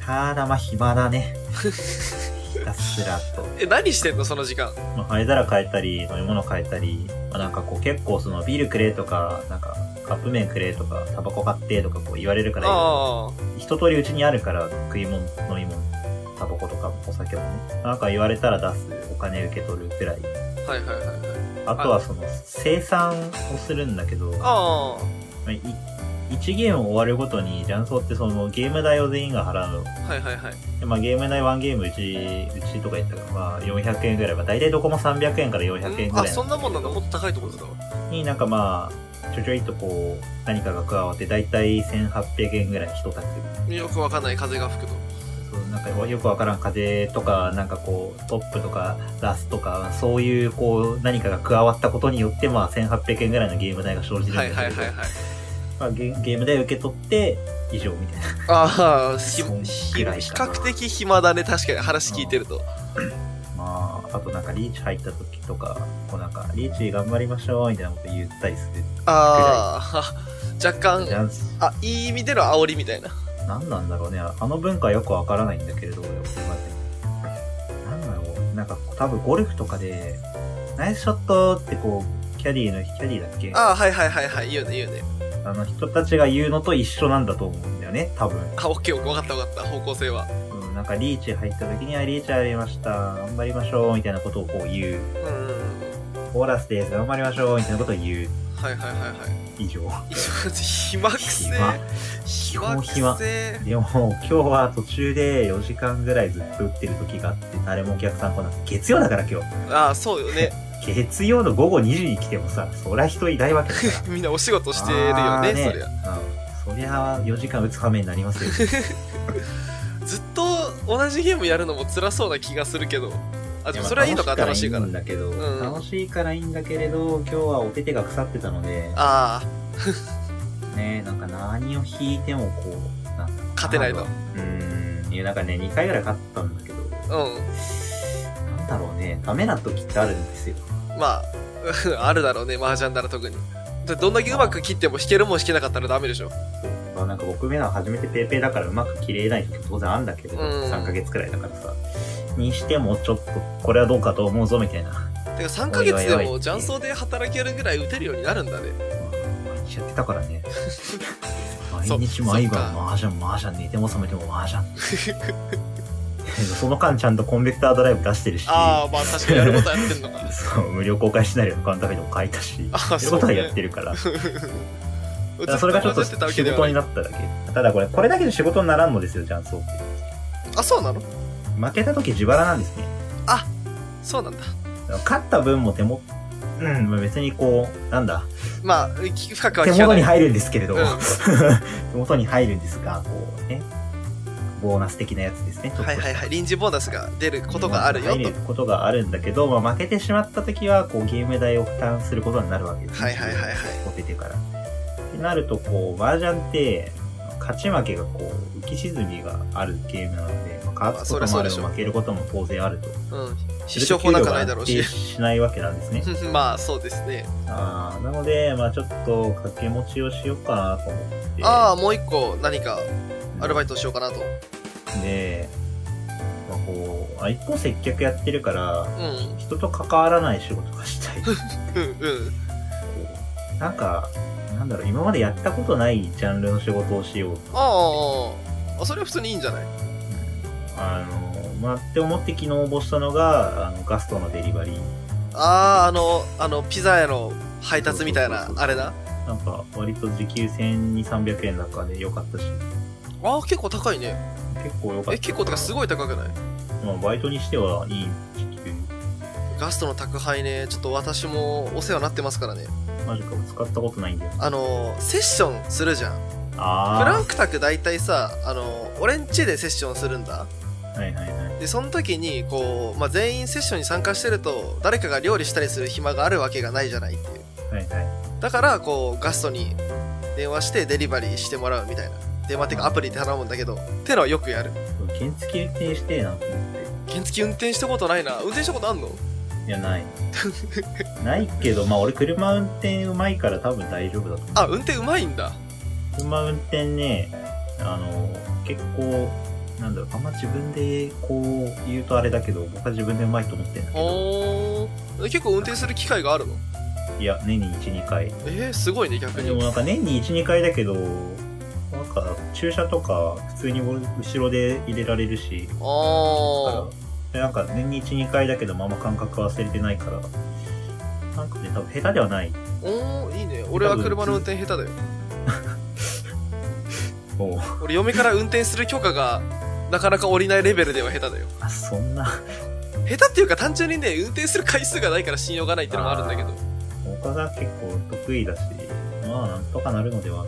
S2: ただまあ暇だね。ひたすらと。
S1: え、何してんのその時間。
S2: まあ、灰皿変えたり、飲み物変えたり、まあ、なんかこう結構そのビールくれとか、なんかカップ麺くれとか、タバコ買ってとかこう言われるから、
S1: あ
S2: 一通りうちにあるから食い物、飲み物、タバコとかお酒もね、なんか言われたら出す、お金受け取るくらい。
S1: あー、はいはいはいはい。
S2: あとはその生産をするんだけど、ま
S1: あ
S2: あ、い1ゲーム終わるごとに、ジャンソーってそのゲーム代を全員が払うの。
S1: あ、はいはいはい。
S2: でまあ、ゲーム代1ゲームうち、うちとか言ったら、まあ、400円ぐらい。まあ、大体どこも300円から400円ぐらい
S1: うん
S2: だ
S1: あ、
S2: けど
S1: そんなもんなんだ。もっと高いところだわ。
S2: になんかまあ、ちょちょいとこう、何かが加わって、だいたい1800円ぐらいの人たち。
S1: よくわかんない風が吹くと。
S2: そう、なんかよくわからん風とか、なんかこう、トップとか、ラスとか、そういうこう、何かが加わったことによって、まあ1800円ぐらいのゲーム代が生じるんだ
S1: は
S2: け
S1: い
S2: ど、
S1: はいはいはい。
S2: まあゲゲーム代を受け取って、以上みたいな。
S1: ああ、ひ、
S2: そん
S1: ひ、比
S2: くらいかな
S1: 較的暇だね、確かに話聞いてると。
S2: まあ、あとなんかリーチ入った時とか、こうなんか、リーチ頑張りましょう、みたいなこと言ったりする。
S1: ああ、若干
S2: ジ、ャン
S1: あ、いい意味での煽りみたいな。
S2: 何なんだろうね。ああの文化よくわからないんだけれど、俺はなんだろう。なんか多分ゴルフとかで、ナイスショットってこう、キャディーの、キャディーだっけあ
S1: ああ、はいはいはいはい、言うね言うね。
S2: の人たちが言うのと一緒なんだと思うんだよね、多分。
S1: あ、オッケーオッケー、わかったわかった、方向性は。
S2: うん、なんかリーチ入った時にはリーチありました。頑張りましょう、みたいなことをこう
S1: うんうんう
S2: 言う。
S1: ん。
S2: オーラスです、頑張りましょう、みたいなことを言う。
S1: はいはいはいはい。
S2: 以上。
S1: 暇くせ
S2: 暇
S1: 暇く
S2: 暇
S1: せ
S2: でも今日は途中で4時間ぐらいずっと打ってる時があって誰もお客さん来なくて月曜だから今日
S1: ああ、そうよね。
S2: 月曜の午後2時に来てもさそりゃ人いないわけだか
S1: みんなお仕事
S2: ら
S1: してるよね、
S2: あー
S1: そりゃ。
S2: うん、そりゃ4時間打つ羽目になりますよ
S1: ずっと同じゲームやるのも辛そうな気がするけど。あ、 でもそれはいいのか、楽しいから
S2: ん。だけど、
S1: うん
S2: 楽しいからいいんだけれど今日はお手手が腐ってたので
S1: ああ、
S2: ねなんか何を引いてもこうなんだろう
S1: 勝てないと
S2: うーんいやなんかね2回ぐらい勝ったんだけど
S1: う
S2: なんだろうねダメな時ってあるんですよ
S1: ん。まあ、あ るだろうね、麻雀なら特に。でどんだけうまく切っても弾けるもん弾けなかったらダメでしょ。
S2: まあなんか僕目は初めてペーペーだからうまく切れない時も当然あるんだけど、
S1: うん
S2: 3ヶ月くらいだからさ。にしてもちょっとこれはどうかと思うぞみたいな。
S1: てか3ヶ月で
S2: おいおいお
S1: も
S2: い
S1: 雀荘で働けるぐらい打てるようになるんだね。
S2: 毎日やってたから ね。
S1: そ
S2: 毎日毎晩
S1: そっ
S2: マージャンマージャン寝ても覚めてもマージャン。 その間ちゃんとコンベクタードライブ出してるし、
S1: ああ、まあ確かにやることはやってんの か。
S2: そう無料公開シナリオの他のためにも書いたし、
S1: ああ、
S2: そういう
S1: そ
S2: こと
S1: う、
S2: は
S1: ね。
S2: やってるから。
S1: ずっ
S2: それがちょっと
S1: 混ぜてたわ
S2: 仕
S1: けでは
S2: 事
S1: な
S2: に
S1: い
S2: なっただけ。ただこれ、これだけで仕事にならんのですよ、ジャンソーって。
S1: あ、そうなの
S2: 負けた時自腹なんですね。
S1: そうなんだ。
S2: 勝った分も手も、うん、まあ別にこう、なんだ、
S1: まあ、き深くは
S2: 手
S1: 聞か
S2: 元
S1: な
S2: に
S1: い。
S2: 入るんですけれど、
S1: うん
S2: 手元に入るんですが、こうね、ボーナス的なやつですね、ちょっと
S1: はいはいはい。臨時ボーナスが出ることがあるよ
S2: 入
S1: と
S2: る。ことがあるんだけど、まあ、負けてしまった時は、こう、ゲーム代を負担することになるわけです、
S1: はいはいはいはい
S2: おててから。ってなると、こう、麻雀って、勝ち負けがこう、浮き沈みがあるゲームなので、まあ、
S1: まあ
S2: 勝つ
S1: そ
S2: こ
S1: りゃ
S2: とも
S1: そうで
S2: ある
S1: しょ
S2: 負けることも当然あると。
S1: うん。必勝法なんかないだろうし
S2: それ。と給料が安定しないわけなんで すね。
S1: まあ、そうですね。
S2: あーなので、まあちょっと掛け持ちをしようかなと思って。
S1: ああ、もう一個何かアルバイトをしようかなと。
S2: で、まあこう、あ一方接客やってるから、
S1: うん。
S2: 人と関わらない仕事がしたい。こ
S1: うんうん。
S2: うなんか、なんだろう、今までやったことないジャンルの仕事をしよう。
S1: ああああ、それは普通にいいんじゃない
S2: あの、まあって思って昨日応募したのが、あの、ガストのデリバリー。
S1: ああ、あの、あの、ピザ屋の配達みたいな
S2: そうそうそう、そう
S1: あれな。
S2: なんか、割と時給1200、300円の中で良かったし、
S1: ああ、結構高いね。
S2: 結構良かった。
S1: え、結構、てかすごい高くない
S2: まあバイトにしてはいい時給。
S1: ガストの宅配ね、ちょっと私もお世話になってますからね。
S2: マジか、使ったことないんだよ。
S1: あの、セッションするじゃん。
S2: あ
S1: フ
S2: ー
S1: ランク宅大体さ、あの、俺ん家でセッションするんだ。
S2: はいはいはい。
S1: でその時にこう、まあ、全員セッションに参加してると誰かが料理したりする暇があるわけがないじゃないっていう
S2: はいはい。
S1: だからこうガストに電話してデリバリーしてもらうみたいな電話っていうかアプリで頼むんだけどってのはよくやる
S2: 原付き運転してえなと思って。
S1: 原付運転したことないな運転したことあんの
S2: いや、ない。ないけど、まあ俺車運転うまいから多分大丈夫だと思う。
S1: あ運転うまいんだ
S2: 車運転ね、あの、結構、なんだろう、あんま自分でこう言うとあれだけど、僕は自分でうまいと思ってんだけど、
S1: おー結構運転する機会があるの
S2: いや、年に1、2回。
S1: えー、すごいね逆
S2: で
S1: に
S2: もなんか年に1、2回だけど、なんか駐車とか普通に後ろで入れられるし、だ
S1: あ
S2: か
S1: ー
S2: らでなんか年に1、2回だけど、まああんま感覚忘れてないから、なんかね、多分下手ではない。
S1: おーいいね俺は車の運転下手だ よ
S2: おう
S1: 俺嫁から運転する許可がなかなか下りないレベルでは下手だよ
S2: あ、そんな。
S1: 下手っていうか単純にね運転する回数がないから信用がないっていうのもあるんだけど
S2: 岡田結構得意だし、まあなんとかなるのでは。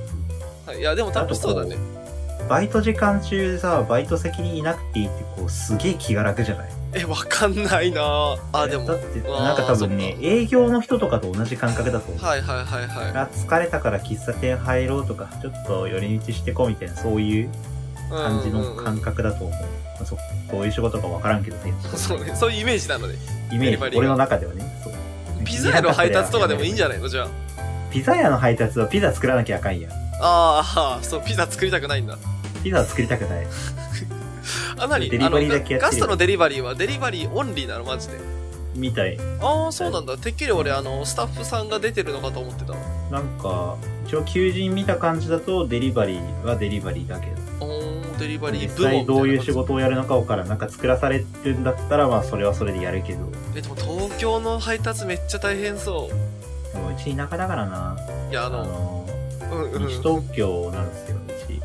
S1: はいいやでも楽しそうだね
S2: バイト時間中さ、バイト先にいなくていいってこうすげえ気が楽じゃない
S1: えわかんないなぁあでも
S2: だ
S1: は
S2: っ
S1: い
S2: て、
S1: あー
S2: なんか多分ね
S1: そっ、
S2: 営業の人とかと同じ感覚だと思う。
S1: はいはいは
S2: あ疲れたから喫茶店入ろうとか、ちょっと寄り道してこみたいな、そういう
S1: い
S2: 感じ
S1: うん
S2: の
S1: うんうん
S2: 感覚だと思う。まあそどういう仕事かわからんけどね。
S1: そうねそういうイメージなので
S2: イメ
S1: デリバ
S2: ー
S1: リー
S2: ジ、
S1: が
S2: 俺の中ではね。そう
S1: ピザ屋の配達とかでもいいん
S2: じ
S1: じゃないのじゃあ
S2: ピザ屋の配達はピザ作らなきゃあかんやん。
S1: ああ、そう、ピザ作りたくないんだ。
S2: ピザは作りたくない。
S1: あ、なにあ
S2: デリ
S1: の
S2: バリーだけやってる
S1: ガガストのデリバリーはデリバリーオンリーなの、マジで。
S2: みたい。
S1: ああ、そうなんだ。てっきり俺、あの、スタッフさんが出てるのかと思ってたわ。
S2: なんか、一応求人見た感じだとデリバリーはデリバリーだけど。
S1: おー、デリバリー
S2: 実
S1: 部門みたいな
S2: 際どういう仕事をやるのかわからん。なんか作らされるんだったら、まあそれはそれでやるけど。
S1: え、でも東京の配達めっちゃ大変そ
S2: でもうち田舎だからな。
S1: う。いや、あ
S2: あ
S1: の、
S2: の、
S1: うんうん。
S2: 西東京なんですよ、うち。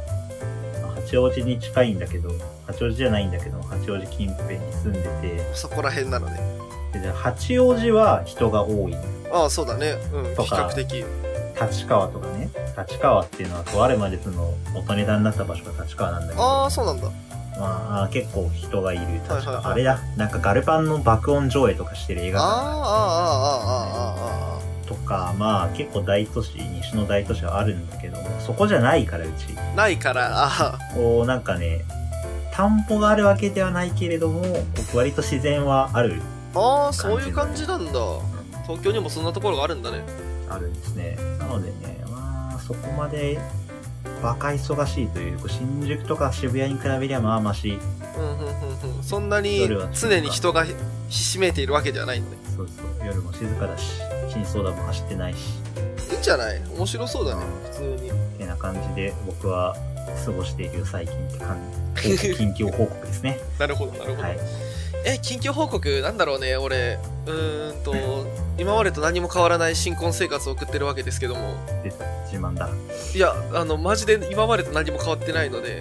S2: まあ八王子に近いんだけど、八王子じゃないんだけど、八王子近辺に住んでて
S1: そこら辺なのね。
S2: で、で八王子は人が多い。
S1: ああ、そうだね。うん、比
S2: とか
S1: 較的。
S2: 立川とかね。立川っていうのは、とあるまでその、元ネタになった場所が立川なんだけど、
S1: ああ、そうなんだ。
S2: まあ、結構人がいる。立川
S1: はいはいはい
S2: あれだ、なんかガルパンの爆音上映とかしてる映
S1: ああ、
S2: 画館
S1: ああ、ああ、ああ、ああ。
S2: とか、まあ、結構大都市、西の大都市はあるんだけども、そこじゃないから、うち。
S1: ないから、あ
S2: こう、なんかね、田んぼがあるわけではないけれども、こう割と自然はある、
S1: あ、ああ、そういう感じなんだ。東京にもそんなところがあるんだね。
S2: あるんですね。なのでね、まあ、そこまで、バカ忙しいという、こう新宿とか渋谷に比べりゃまあまし、
S1: うん、うん、うん、うん。そんなに
S2: 夜は静か
S1: 常に人がひひしめいているわけじゃないのね。
S2: そうそう、夜も静かだし、新相談も走ってないし、
S1: いいんじゃない面白そうだね、普通に。
S2: てな感じで僕は過ごしているよ最近って感じ。緊急報告です ね。
S1: なるほど、なるほど。
S2: はい。
S1: え、緊急報告、なんだろうね、俺。うーんと、今までと何も変わらない新婚生活を送ってるわけですけども。
S2: 出た自慢だ。
S1: いや、あの、マジで今までと何も変わってないの で、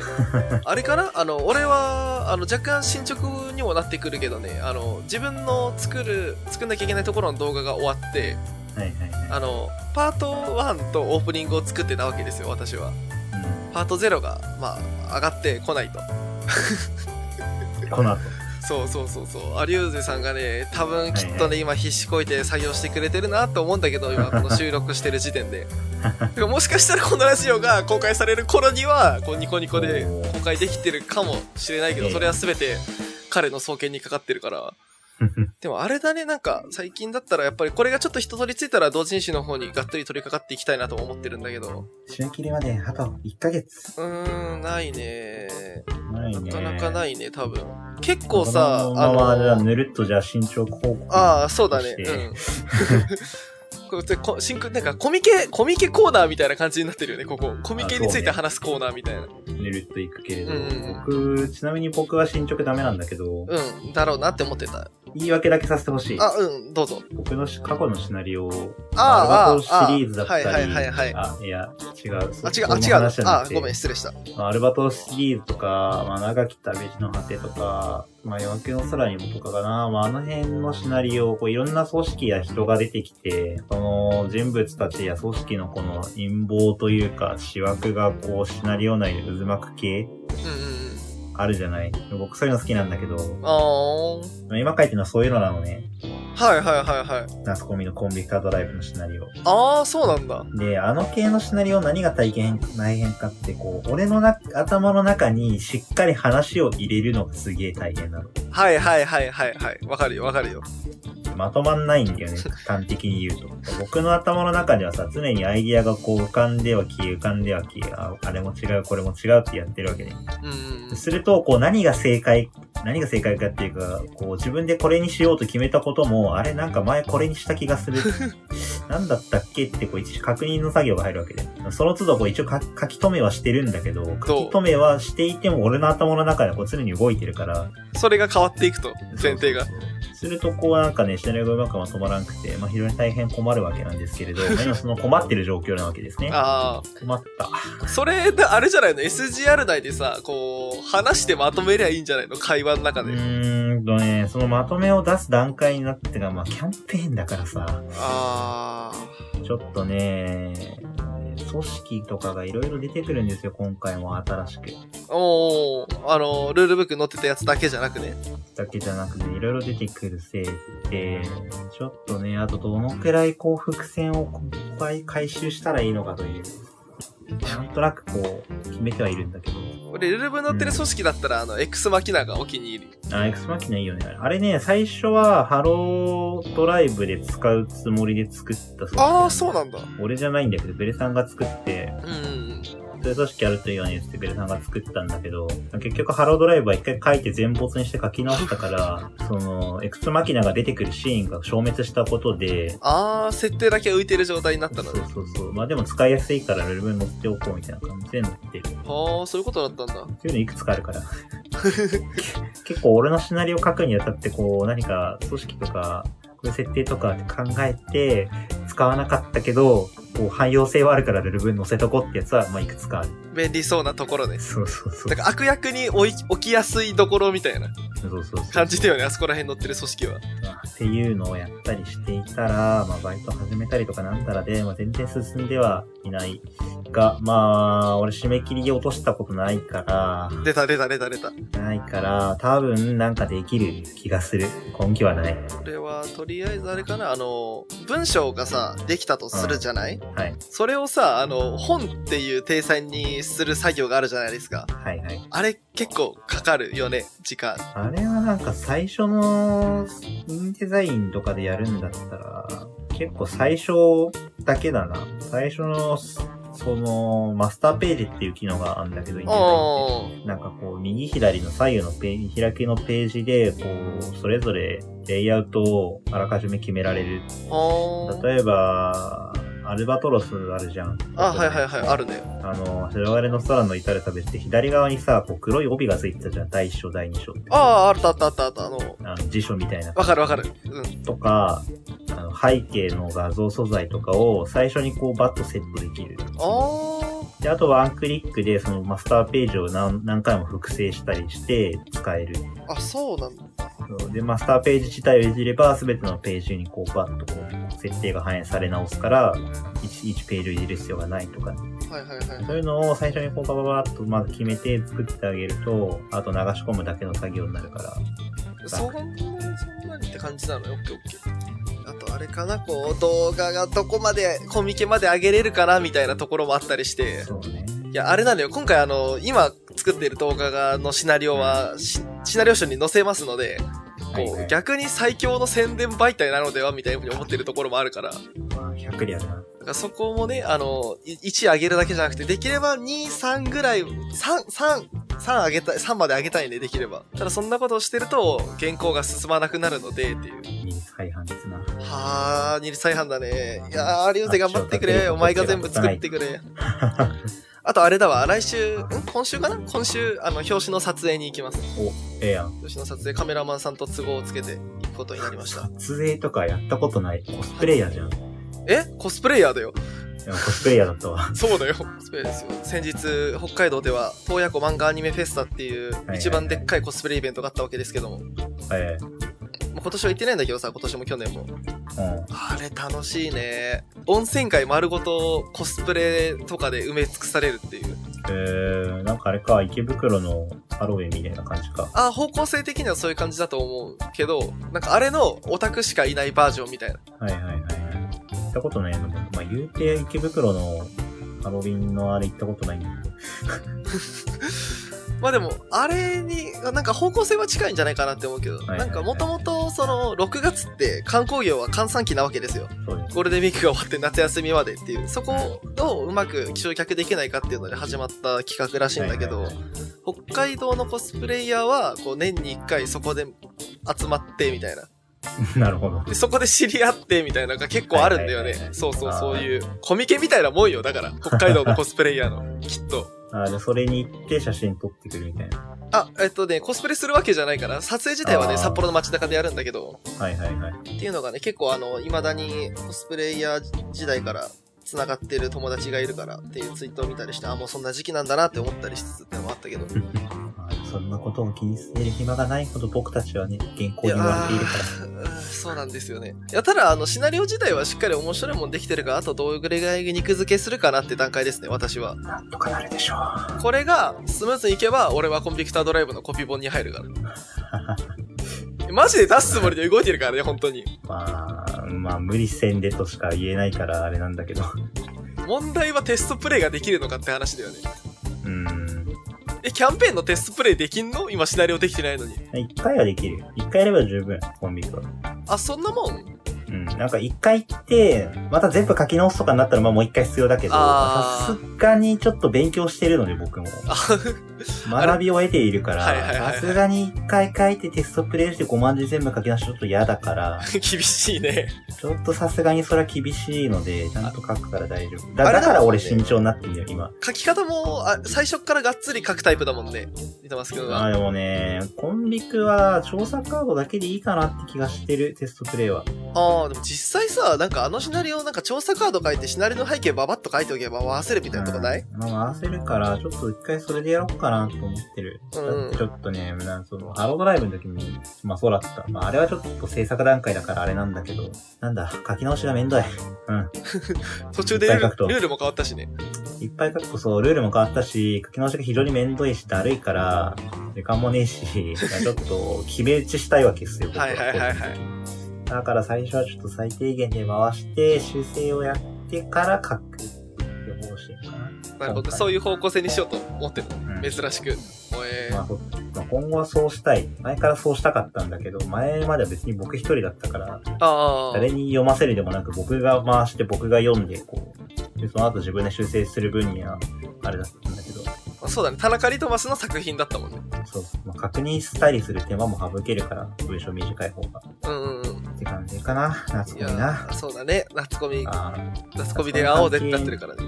S1: あれかなあの、俺は、あの、若干進捗にもなってくるけどね、あの、自分の作る、作んなきゃいけないところの動画が終わって、
S2: はいはいは
S1: あの、パート1とオープニングを作ってたわけですよ、私は。
S2: い。
S1: パート0が、まあ、上がってこないと。
S2: うん、この後。
S1: そうそうそうそう。アリューゼさんがね、多分きっと
S2: はいは
S1: ね、今必死こいて作業してくれてるなと思うんだ けど、今この収録してる時点で。てかもしかしたらこのラジオが公開される頃には、こうニコニコで
S2: おー
S1: 公開できてるかもしれないけど、
S2: ええ
S1: それは全て彼の創建にかかってるから。でもあれだね、なんか最近だったらやっぱりこれがちょっと人取りついたら同人誌の方にがっつり取り掛かっていきたいなとも思ってるんだけど。
S2: 締め切りまであと1ヶ月。
S1: うーん、ないね。
S2: ないね。
S1: なかなかないね、多分。結構さ、
S2: あのままじゃあぬるっとじゃあ進捗報告。
S1: ああ、そうだね。
S2: して
S1: うん。 こうでこ新なんかコミケ、コミケコーナーみたいな感じになってるよね、ここ。コミケについて話すコーナーみたいな。う
S2: ぬるっといくけれど、
S1: うんうんうん
S2: 僕、ちなみに僕は進捗ダメなんだけど、
S1: ん、だろうなって思ってた。
S2: 言い訳だけさせてほしい。
S1: あ、うん、どうぞ。
S2: 僕のし過去のシナリオを、
S1: ああ
S2: アルバトロシリーズだったり、
S1: ああはいはいはい
S2: あ、いや、違う。
S1: あ、違
S2: そ
S1: う、
S2: そ
S1: あ、
S2: の
S1: 違う。
S2: 話じゃな
S1: あ
S2: く、て
S1: ごめん、失礼した。
S2: まあアルバトロシリーズとか、まあ、長き旅路の果てとか、まあ、夜明けの空にもとかかな、まあ、あの辺のシナリオ、こう、いろんな組織や人が出てきて、その人物たちや組織のこの陰謀というか、私枠がこう、シナリオ内で渦巻く系
S1: うんうんうん。
S2: あるじゃない。僕そういうの好きなんだけど、
S1: あー。
S2: まあ今書いてるのはそういうのなのね。
S1: はいはいはいはい。
S2: ナスコミのコンビクタードライブのシナリオ。
S1: あー、そうなんだ。
S2: で、あの系のシナリオ何が大変、大変かって、こう、俺のな頭の中にしっかり話を入れるのがすげえ大変なの。
S1: はいはいはいはいはい。わかるよわかるよ。
S2: まとまんないんだよね、端的に言うと。僕の頭の中ではさ、常にアイディアがこう浮かんでは消え、浮かんでは消え、ああれも違う、これも違うってやってるわけで。
S1: うんうんうん。
S2: すると、こう何が正解、何が正解かっていうか、こう自分でこれにしようと決めたことも、あれなんか前これにした気がする。なんだったっけってこう一応確認の作業が入るわけで。その都度こう一応書き書き留めはしてるんだけど、書き留めはしていても俺の頭の中でこう常に動いてるから、
S1: それが変わっていくと、前提が
S2: そ。うそうそうするとこうなんかね、シナリオがうまくまとまらなくて、まあ非常に大変困るわけなんで すけれど、まあ今その困ってる状況なわけですね。
S1: あ
S2: 困った。
S1: ー。それ、あれじゃないの ?SGR 内でさ、こう、話してまとめりゃいいんじゃないの会話の中
S2: う
S1: で。
S2: ーんとね、そのまとめを出す段階になってが、まあキャンペーンだからさ、
S1: あー。
S2: ちょっとね、組織とかがいろいろ出てくるんですよ、今回も新しく。
S1: おお、あの、ルールブック載ってたやつだけじゃなくね。
S2: だけじゃなくて、いろいろ出てくるせいで、ちょっとね、あとどのくらいこう伏線をいっぱい回収したらいいのかという。なんとなくこう、決めてはいるんだけど。
S1: 俺、ルルブに乗ってる組織だったら、あの、エクスマキナがお気に入り。
S2: あ、エクスマキナいいよね。あれね、最初はハロードライブで使うつもりで作ったそう
S1: ああ、そうなんだ。
S2: 俺じゃないんだけど、ベレさんが作って、
S1: うんうんうん。
S2: そういう組織あるといいよねってベレさんが作ったんだけど、結局ハロードライブは一回書いて全没にして書き直したから、その、エクスマキナが出てくるシーンが消滅したことで、
S1: ああ、設定だけ浮いてる状態になっ
S2: そ
S1: た
S2: う
S1: のね。
S2: そうそう。まあでも使いやすいからルルブに乗っておこうみたいな感じで乗ってる。
S1: はあ、そういうことだったんだ。
S2: そういうのいくつかある から。結構俺のシナリオ書くにあたって、こう、何か組織とか、こういう設定とか考えて、使わなかったけど、こう、汎用性はあるからルルブに載せとこうってやつは、まあ、いくつかある。
S1: 便利そうなところね。
S2: そうそうそう
S1: だ。から悪役に置い置きやすいところみたいな
S2: そうそうそう。
S1: 感じだよね、あそこら辺乗ってる組織は。
S2: っていうのをやったりしていたら、まあ、バイト始めたりとかなんたらで、まあ、全然進んではいないが、まあ、俺締め切り落としたことないから、
S1: 出た出た出た出た。
S2: ないから、多分なんかできる気がする。根気はない。
S1: これは、とりあえずあれかな、あの、文章がさ、できたとするじゃない
S2: はい。
S1: それをさ、あの、本っていう体裁にする作業があるじゃないですか。
S2: はいはい。
S1: あれ結構かかるよね、時間。
S2: あれはなんか最初のインデザインとかでやるんだったら、結構最初だけだな。最初の、その、マスターページっていう機能があるんだけど、インデザインって
S1: あ
S2: なんかこう、右左の左右のページ、開きのページで、こう、それぞれレイアウトをあらかじめ決められる。
S1: あ、は
S2: 例えば、アルバトロスあるじゃん。
S1: あ。あ、はいはいはい、あるね。
S2: あの、白金の空の至る旅って左側にさ、こう黒い帯がついてたじゃん。第一章、第二章って。
S1: ああ、あったあったあったあった、あの、
S2: あの辞書みたいな。
S1: わかるわかる。うん。
S2: とか、あの背景の画像素材とかを最初にこうバッとセットできる。
S1: ああ。
S2: で、あとワンクリックでそのマスターページを何何回も複製したりして使える。
S1: あ、そうなんだ。
S2: そうで、マスターページ自体をいじれば、すべてのページにこう、バッとこう、設定が反映され直すから、1, 1ページをいじる必要がないとか、ね、
S1: はいはいはい。
S2: そういうのを最初にこう、バババーっとまず決めて作ってあげると、あと流し込むだけの作業になるから、
S1: そんな、そんなにって感じなのよ。オッケーオッケー。あとあれかな、こう、動画がどこまで、コミケまで上げれるかな、みたいなところもあったりして。
S2: そうね。
S1: いや、あれなのよ。今回あの、今作っている動画がのシナリオは、シシナリオ書に載せますので、
S2: はい
S1: こ
S2: は
S1: う、
S2: い
S1: 逆に最強の宣伝媒体なのでは、みたいなふうに思ってるところもあるから。だか
S2: まあ、100リアルな。
S1: らそこもね、あの、い1上げるだけじゃなくて、できれば2、3ぐらい、3、3、3上げたい、3まで上げたいね、できれば。ただそんなことをしてると、原稿が進まなくなるので、っていう。
S2: いい再販ですな。
S1: はあ、二次再販だね。いやー、リュウゼ頑張ってくれ。お前が全部作ってくれ。あとあれだわ、来週、ん今週かな今週、あの、表紙の撮影に行きます。
S2: ええやん。
S1: 表紙の撮影、カメラマンさんと都合をつけて行くことになりました。
S2: 撮影とかやったことない。コスプレイヤーじゃん。い
S1: えコスプレイヤーだよ。
S2: やコスプレイヤーだったわ。
S1: そうだよ。コスプレですよ。先日、北海道では、洞爺湖漫画アニメフェスタっていう
S2: いは、い
S1: 一番でっかいコスプレイベントがあったわけですけども、ま
S2: え
S1: あ今年は行ってないんだけどさ、今年も去年も。
S2: えうん。
S1: あれ楽しいね。温泉街丸ごとコスプレとかで埋め尽くされるっていう。
S2: えー、なんかあれか、池袋のハロウィンみたいな感じか。
S1: あ、方向性的にはそういう感じだと思うけど、なんかあれのオタクしかいないバージョンみたいな。
S2: はいはいはいはい。行ったことないのも、まあ、言うて池袋のハロウィンのあれ行ったことないんだけど。
S1: まあでも、あれに、なんか方向性は近いんじゃないかなって思うけど、
S2: いはい
S1: なんかもともとその6月って観光業は閑散期なわけですよ。
S2: そうです。
S1: ゴールデンウィークが終わって夏休みまでっていう、そこをうまく集客できないかっていうので始まった企画らしいんだけど、
S2: はいはい
S1: 北海道のコスプレイヤーはこう年に1回そこで集まってみたいな。
S2: はい なるほど。
S1: で、そこで知り合ってみたいなのが結構あるんだよ
S2: はいはいはい
S1: ね
S2: は。い
S1: そうそう、
S2: あー
S1: そういう、コミケみたいなもんよ。だから、北海道のコスプレイヤーの、きっと。
S2: あでそれに行って写真撮ってくるみたいな。
S1: あ、えっとね、コスプレするわけじゃないから、撮影自体はね、
S2: あー
S1: 札幌の街中でやるんだけど、
S2: はいはいはい。
S1: っていうのがね、結構あの、未だにコスプレイヤー時代から、繋がってる友達がいるからっていうツイートを見たりして、あ、もうそんな時期なんだなって思ったりしつつってのもあったけど。
S2: まあそんなことを気にしてる暇がないほど僕たちはね、原稿
S1: い
S2: に
S1: や
S2: 言われているから。
S1: ーそうなんですよね。いや、ただ、あの、シナリオ自体はしっかり面白いもんできてるから、あとどうぐらい肉付けするかなって段階ですね、私は。
S2: なんとかなるでしょう。
S1: これがスムーズにいけば俺はコンピュータードライブのコピー本に入るから マジで出すつもりで動いてるからね本当に
S2: まあ、まあ無理せんでとしか言えないからあれなんだけど。
S1: 問題はテストプレイができるのかって話だよね。
S2: うん。
S1: え、キャンペーンのテストプレイできんの今シナリオできてないのに。
S2: 一回はできるよ。一回やれば十分、コンビクは。
S1: あ、そんなもん
S2: うん。なんか一回行って、また全部書き直すとかになったら、まあもう一回必要だけど、
S1: あー
S2: さすがにちょっと勉強してるので、僕も。
S1: あ、
S2: 学びを得ているか
S1: はいはいはいは
S2: ら、
S1: い
S2: さすがに一回書いてテストプレイして5万字全部書き直しちょっと嫌だから、
S1: 厳しいね。
S2: ちょっとさすがにそれは厳しいので、ちゃんと書くから大丈夫。だ
S1: あれだ
S2: だから俺慎重になってるよ、今。
S1: 書き方も、あ、最初っからがっつり書くタイプだもんね。見てますけど
S2: まあでもね、コンビクは調査カードだけでいいかなって気がしてる、テストプレイは。
S1: ああ、でも実際さ、なんかあのシナリオ、なんか調査カード書いて、シナリオの背景ババッと書いておけば忘れみたいなとこない
S2: うんまあ回せるから、ちょっと一回それでやろうかなと思ってる。
S1: うん
S2: だってちょっとね、なんかその、ハロードライブの時に、まあそうだった。まああれはちょっと制作段階だからあれなんだけど、なんだ、書き直しがめんどい。うん。
S1: 途中でルー
S2: いっぱい書くと
S1: ルルールも変わったしね。
S2: いっぱい書くとそう、ルールも変わったし、書き直しが非常にめんどいし、だるいから、時間もね えし、ちょっと、決め打ちしたいわけですよ、僕
S1: はいはいはいはい。
S2: だから最初はちょっと最低限で回して、修正をやってから書くっていう方針か
S1: なるほど。そういう方向性にしようと思ってる。
S2: な。うん
S1: 珍しく。おえ
S2: ま
S1: ー
S2: あ、そうまあ今後はそうしたい。前からそうしたかったんだけど、前までは別に僕一人だったから、
S1: あ
S2: 誰に読ませるでもなく僕が回して僕が読んで、こう、でその後自分で修正する分には、あれだったんだけど、
S1: あ。そうだね。田中リトマスの作品だったもんね。
S2: そうそう、まあ、確認したりする手間も省けるから、文章短い方が。
S1: うんうんうん。
S2: って感じかな、夏
S1: い
S2: コミ
S1: や
S2: な。
S1: ー、そうだね。夏コミ、
S2: あー
S1: 夏コミで青でってなってるからね。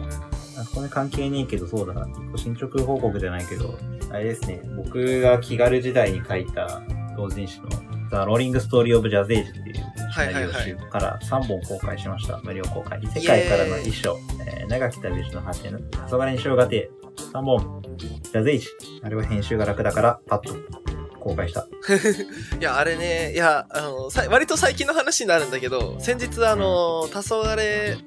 S2: あそこに関係ねえけど、そうだな。進捗報告じゃないけど、あれですね。僕が気軽時代に書いた同人誌の The Rolling Story of Jazz Age っていう
S1: はいはいはい
S2: 内容集から3本公開しました。無料公開。異世界からの
S1: イエーイ
S2: 一章、えー長き旅路の果ての、黄昏にがて3本、Jazz Age。あれは編集が楽だから、パッと公開した。
S1: いや、あれね、いや、あの、さい割と最近の話になるんだけど、先日、あの、黄昏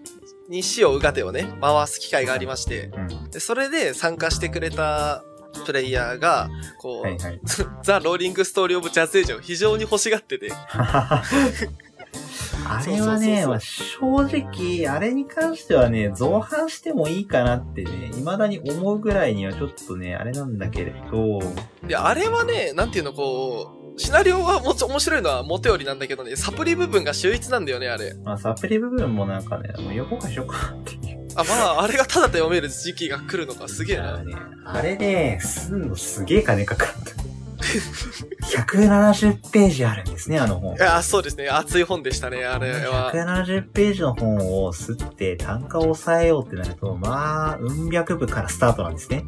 S1: に死をうがてをね、回す機会がありまして、
S2: うん。
S1: でそれで参加してくれたプレイヤーが、こう、
S2: はいはい。
S1: ザ・ローリング・ストーリー・オブ・ジャズ・エージを非常に欲しがってて、
S2: あれはね、まあ正直、あれに関してはね、造反してもいいかなってね、未だに思うぐらいにはちょっとね、あれなんだけれど、
S1: で、あれはね、なんていうの、こう、シナリオはもち面白いのは元よりなんだけどね、サプリ部分が秀逸なんだよね、あれ。
S2: まあサプリ部分もなんかね、もう予告しようかっていう。
S1: あ、ま あ、あれがただで読める時期が来るのか、すげえ
S2: だから
S1: な。
S2: ね。あれね、すんのすげえ金かかった。170ページあるんですね、あの本。
S1: あ、そうですね、熱い本でしたね、あれは。
S2: 170ページの本を吸って単価を抑えようってなると、まあ、うん百部からスタートなんですね。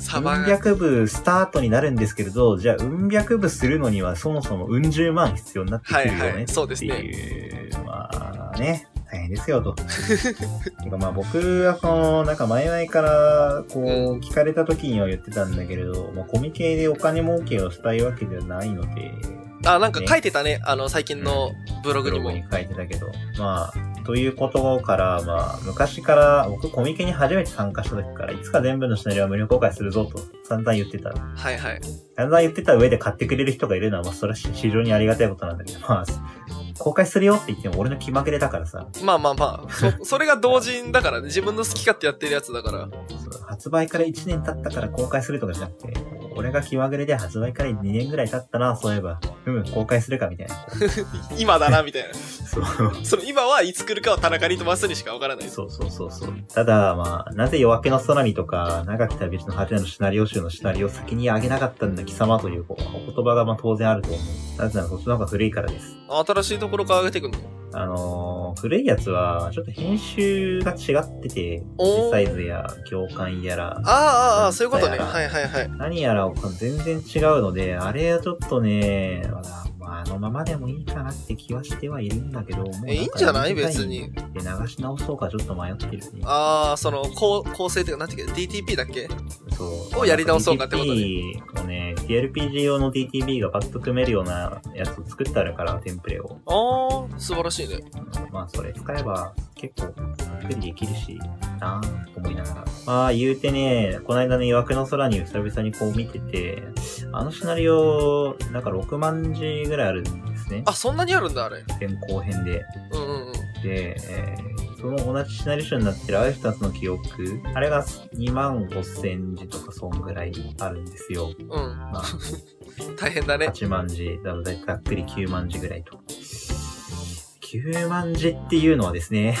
S1: サバ
S2: うん
S1: が。
S2: 百部スタートになるんですけれど、じゃあ、うん百部するのにはそもそもうん十万必要になってくるよ
S1: はいは
S2: ね
S1: い
S2: って
S1: そうですね
S2: いう、まあね、大変です よと。てかまあ僕はその、なんか前々からこう聞かれた時には言ってたんだけれど、まあコミケでお金儲けをしたいわけではないので、
S1: あ、なんか書いてたね、あの、最近のブログ
S2: ブ
S1: に
S2: ロ
S1: も
S2: グ。に書いてたけど、まあ、ということから、まあ、昔から、僕コミケに初めて参加した時から、いつか全部のシナリオは無料公開するぞと、散々言ってた。
S1: はいはい。
S2: だんだん言ってた上で買ってくれる人がいるのは、まあ、それは非常にありがたいことなんだけど、まあ、公開するよって言っても俺の気まぐれだからさ、
S1: まあまあまあ、 そ、それが同人だからね、自分の好き勝手やってるやつだから。
S2: そう発売から1年経ったから公開するとかじゃなくて、俺が気まぐれで発売から2年ぐらい経ったな、そういえば、うむ、公開するかみたいな。
S1: 今だな、みたい な。
S2: そう。
S1: その今はいつ来るかは田中に飛ばすにしかわからないです。
S2: そうそうそうそう。ただ、まあ、なぜ夜明けの空にとか、長き旅路の果てのシナリオ集のシナリオを先に上げなかったんだ貴様というこうお言葉がまあ当然あると思う。なぜならそっちの方が古いからです。
S1: 新しいところから上げていくの
S2: あのー古いやつは、ちょっと編集が違ってて、
S1: おー
S2: サイズや行間やら、
S1: ああ、ああ、そういうことね。
S2: だから
S1: はいはいはい。
S2: 何やら全然違うので、あれはちょっとね、まだまあ、あのままでもいいかなって気はしてはいるんだけど、もうか
S1: え、いいんじゃない
S2: デザイン
S1: 別に。
S2: で流し直そうかちょっと迷ってるね。
S1: ああ、その、構構成っていうか、なんていうか、DTP だっけ
S2: そう。
S1: をやり直そうかってことね
S2: DTP をね、TLPG 用の DTB がパッと組めるようなやつを作ってあるから、テンプレを。
S1: ああ、素晴らしいね。
S2: うんまあ、それ使えば結構ゆっくりできるし、なぁと思いながら。まあ、言うてね、この間ね、夜明けの空に久々にこう見てて、あのシナリオ、なんか6万字ぐらいあるんですね。
S1: あ、そんなにあるんだ、あれ。
S2: 前後編で。
S1: うんうんうん。
S2: で、えーその同じシナリオ書になってるある二つの記憶、あれが2万5千字とかそんぐらいあるんですよ。
S1: うん。
S2: まあ、
S1: 大変 だね。
S2: 8万字、だだいざっくり9万字ぐらいと。9万字っていうのはですね、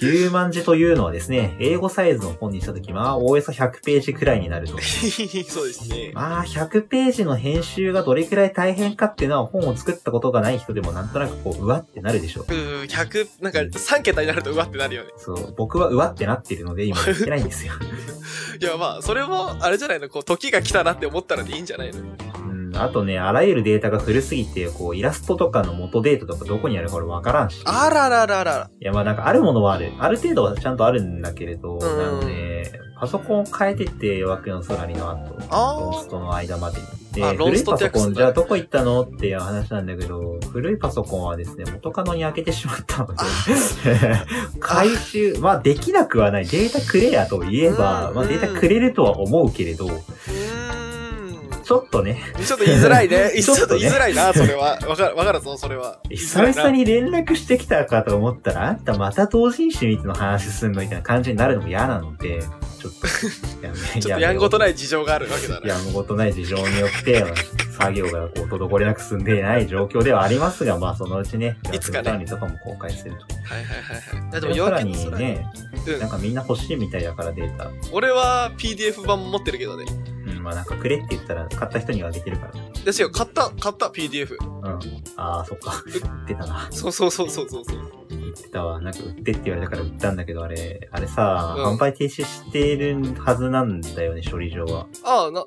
S2: 9万字というのはですね、英語サイズの本にしたとき、まあ、おおよそ100ページくらいになると。
S1: そうですね。
S2: まあ、100ページの編集がどれくらい大変かっていうのは本を作ったことがない人でもなんとなくこう、うわってなるでしょ
S1: う
S2: う。
S1: ん、100、なんか3桁になるとうわってなるよね。
S2: そう、僕はうわってなってるので今 言ってないんですよ。
S1: いや、まあ、それも、あれじゃないの、こう、時が来たなって思ったらでいいんじゃないの
S2: うん、あとね、あらゆるデータが古すぎて、こう、イラストとかの元データとかどこにあるか俺わからんし。
S1: あらららら
S2: いや、まあなんかあるものはある。ある程度はちゃんとあるんだけれど、
S1: ん
S2: なので、パソコンを変えてって、夜明けの空にの後、
S1: あー
S2: ロンストの間までに。
S1: あ
S2: で、
S1: ロン
S2: 古
S1: ス
S2: い
S1: トっ
S2: パ
S1: て
S2: ソ
S1: 訳す
S2: コ
S1: ん
S2: ン、
S1: だ
S2: じゃあどこ行ったのっていう話なんだけど、古いパソコンはですね、元カノに開けてしまったので、 回収、まあできなくはない。データくれやと言えば、
S1: うん
S2: まあデータくれるとは思うけれど、
S1: うーん。
S2: ちょっとね、
S1: ちょっと言いづらいね。ち
S2: ちょっ
S1: ょっと
S2: とね
S1: 言いづらいな、それは。わかる、わかるぞ、それは。
S2: 久々
S1: に。
S2: に連絡してきたかと思ったら、あんたまた同人誌みたいな話すんのみたいな感じになるのも嫌なので、ちょっと、や め
S1: ちょっとやんごと
S2: い。
S1: ない事情があるわけだね。
S2: やんごとない事情によって、作業がこう、滞りなく進んでいない状況ではありますが、まあそのうちね、
S1: いつかね
S2: やっととかも公開すると。
S1: はいはいはいはい。いやで
S2: で
S1: も
S2: も
S1: 夜明け
S2: さら
S1: の
S2: に
S1: 空に
S2: ね、なんかみんな欲しいみたいだからデータ。
S1: うん。俺は PDF 版持ってるけどね。
S2: うん、まあなんかくれって言ったら、買った人にはあげてるから。
S1: ですよ、買った、買った、PDF。
S2: うん。ああ、そ っか。売ってたな。
S1: そうそうそうそうそうそう。
S2: 売ってたわ。なんか売ってって言われたから売ったんだけど、あれ、あれさ、
S1: うん
S2: 販売停止してるはずなんだよね、処理上は。
S1: ああ、な、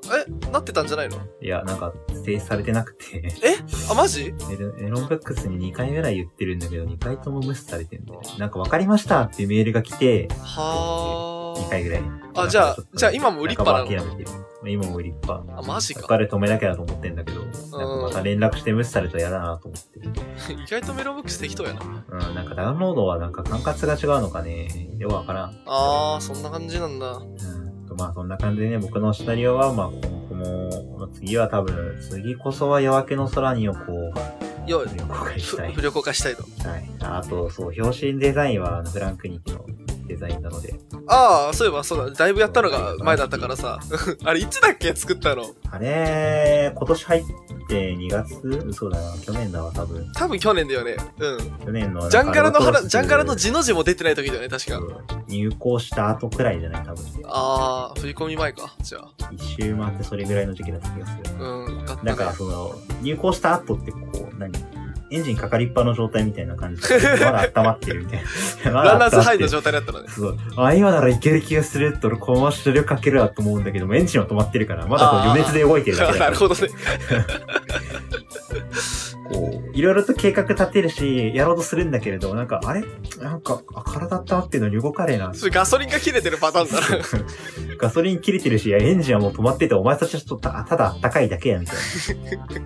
S1: え、なってたんじゃないの
S2: いや、なんか、制止されてなくて。
S1: あ、マジ
S2: メロメロンブックスに2回ぐらい言ってるんだけど、2回とも無視されてるんだよね。なんかわかりましたっていうメールが来て、
S1: は
S2: 2回ぐらい。
S1: あじゃあじゃあ今も売りっぱなの
S2: の諦めてる。今も売りっぱ。
S1: あ。あ、マジ
S2: そこ
S1: か。
S2: から止めなきゃと思ってんだけど、なんかまた連絡して無視されたら嫌だなと思ってる。
S1: 意外とメロンブックス適当やな。
S2: うん、なんかダウンロードはなんか管轄が違うのかね、よくわからん。
S1: ああ、そんな感じなんだ。
S2: うんとまあそんな感じでね、僕のシナリオは、まあ今後も、まあ次は多分、次こそは夜明けの空にをこう、
S1: よい。
S2: 公開したい。
S1: 不良公開したいと。
S2: はい。あと、そう、表紙デザインはあのフランクニキのデザインなので、
S1: ああ、そういえばそうだ、だいぶやったのが前だったからさ。 あれ、いつだっけ作ったの
S2: あれ、今年入って2月そうだな、去年だわ、多分。
S1: 多分去年だよね。うん。
S2: 去年の。
S1: ジャンガラの
S2: なんか
S1: 話、ジャンガラの字の字も出てない時だよね、確か。
S2: 入校した後くらいじゃない、多分。
S1: ああ、振り込み前か。じゃあ。
S2: 一周回ってそれぐらいの時期だった気がする。
S1: うん。だったね
S2: だからその、入校した後ってこう、何エンジンかかりっぱの状態みたいな感じで、まだ温まってるみたい な。まだ
S1: ランナーズハイの
S2: 態。
S1: 状態だったのね。
S2: そう。あ、今ならいける気がするって俺、このまま車両かけるなと思うんだけども、エンジンは止まってるから、まだこう
S1: あー
S2: 余熱で動いてるだけだ
S1: な
S2: か
S1: る
S2: ら、
S1: ほどね。
S2: こう、いろいろと計画立てるし、やろうとするんだけれど、なんか、あれなんか、あ体温まってるのに動かねえな。
S1: それガソリンが切れてるパタ ーンだな。
S2: ガソリン切れてるし、いやエンジンはもう止まってて、お前たちはちょっとたただ暖かいだけや、みたいな。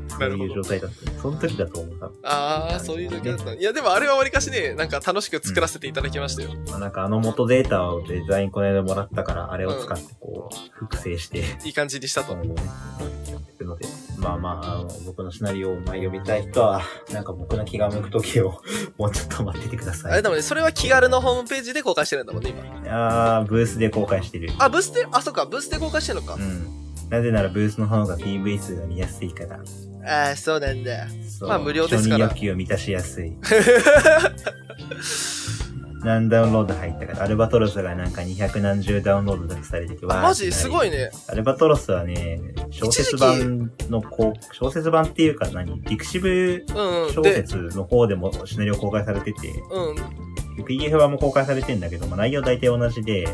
S2: そ
S1: な
S2: う
S1: るほ
S2: い
S1: ど
S2: う状態だった。その時だと思う、多分
S1: ああ、そういう時だった。いや、でもあれはわりかしね、なんか楽しく作らせていただきましたよ。
S2: まあなんかあの元データをデザインこの間もらったから、あれを使ってこう、複製して、
S1: いい感じにしたと。
S2: 今後ね、やっていくので、まあまあ、あの僕のシナリオをまあ読みたい人は、なんか僕の気が向く時を、 もうちょっと待っててくだ
S1: あ
S2: さ
S1: れ
S2: い。
S1: だもんね、それは気軽のホームページで公開してるんだもんね、今。
S2: あー、ブースで公開してる。
S1: あ、ブースで、あ、そっか、ブースで公開してるのか
S2: う。ん。なぜならブースの方が PV 数が見やすいから。
S1: ああ、そうなん だ。
S2: そう
S1: まあ無料ですから
S2: 承認欲求を満たしやすい。何ダウンロード入ったから、アルバトロスがなんか200何十ダウンロードだけされてて、わー
S1: マジ
S2: ってな
S1: す
S2: り
S1: ごいね。
S2: アルバトロスはね、小説版のこう、小説版っていうか何ディクシブ
S1: うんうん。
S2: 小
S1: で、
S2: 説の方でもシナリオ公開されてて、
S1: うん。
S2: PDF 版も公開されてんだけど、まあ、内容大体同じで、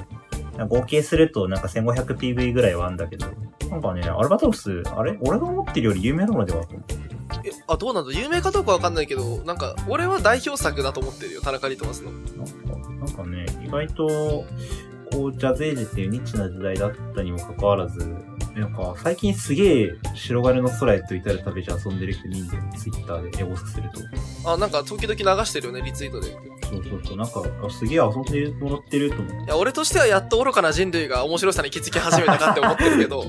S2: 合計するとなんか 1500PV ぐらいはあるんだけど、なんかね、アルバトロス、あれ俺が思ってるより有名なのではと思って
S1: えあ、どうなんだ有名かどうかわかんないけど、なんか、俺は代表作だと思ってるよ、田中リトマスの。
S2: なんか、なんかね、意外と、こう、ジャズエージっていうニッチな時代だったにもかかわらず、なんか、最近すげえ、白金の空へと至る旅じゃ遊んでる人いいんだよね、ツイッターでエゴサすると。
S1: あ、なんか、時々流してるよね、リツイートで。い
S2: そうそうそう、なんか、あすげえ遊んでもらってると思う。
S1: や、俺としてはやっと愚かな人類が面白さに気づき始めたかって思って るけど、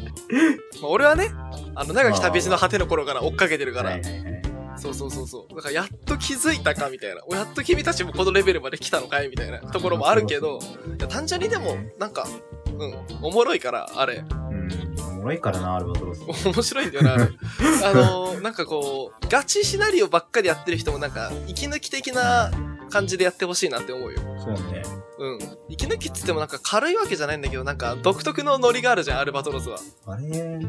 S1: まあ俺はね、あの、長き旅路の果ての頃から追っかけてるから、
S2: はいはいはい。
S1: そうそうそうそう。だからやっと気づいたかみたいな。おやっと君たちもこのレベルまで来たのかいみたいなところもあるけど、いや単純にでも、なんか、うん、おもろいから、あれ。
S2: うん。おもろいからな、アルバトロス。
S1: 面白いんだよな、あれ。 あのーなんかこう、ガチシナリオばっかりやってる人もなんか、息抜き的な感じでやってほしいなって思うよ。
S2: そうね。
S1: うん。息抜きっつってもなんか軽いわけじゃないんだけど、なんか独特のノリがあるじゃん、アルバトロスは。
S2: あれ、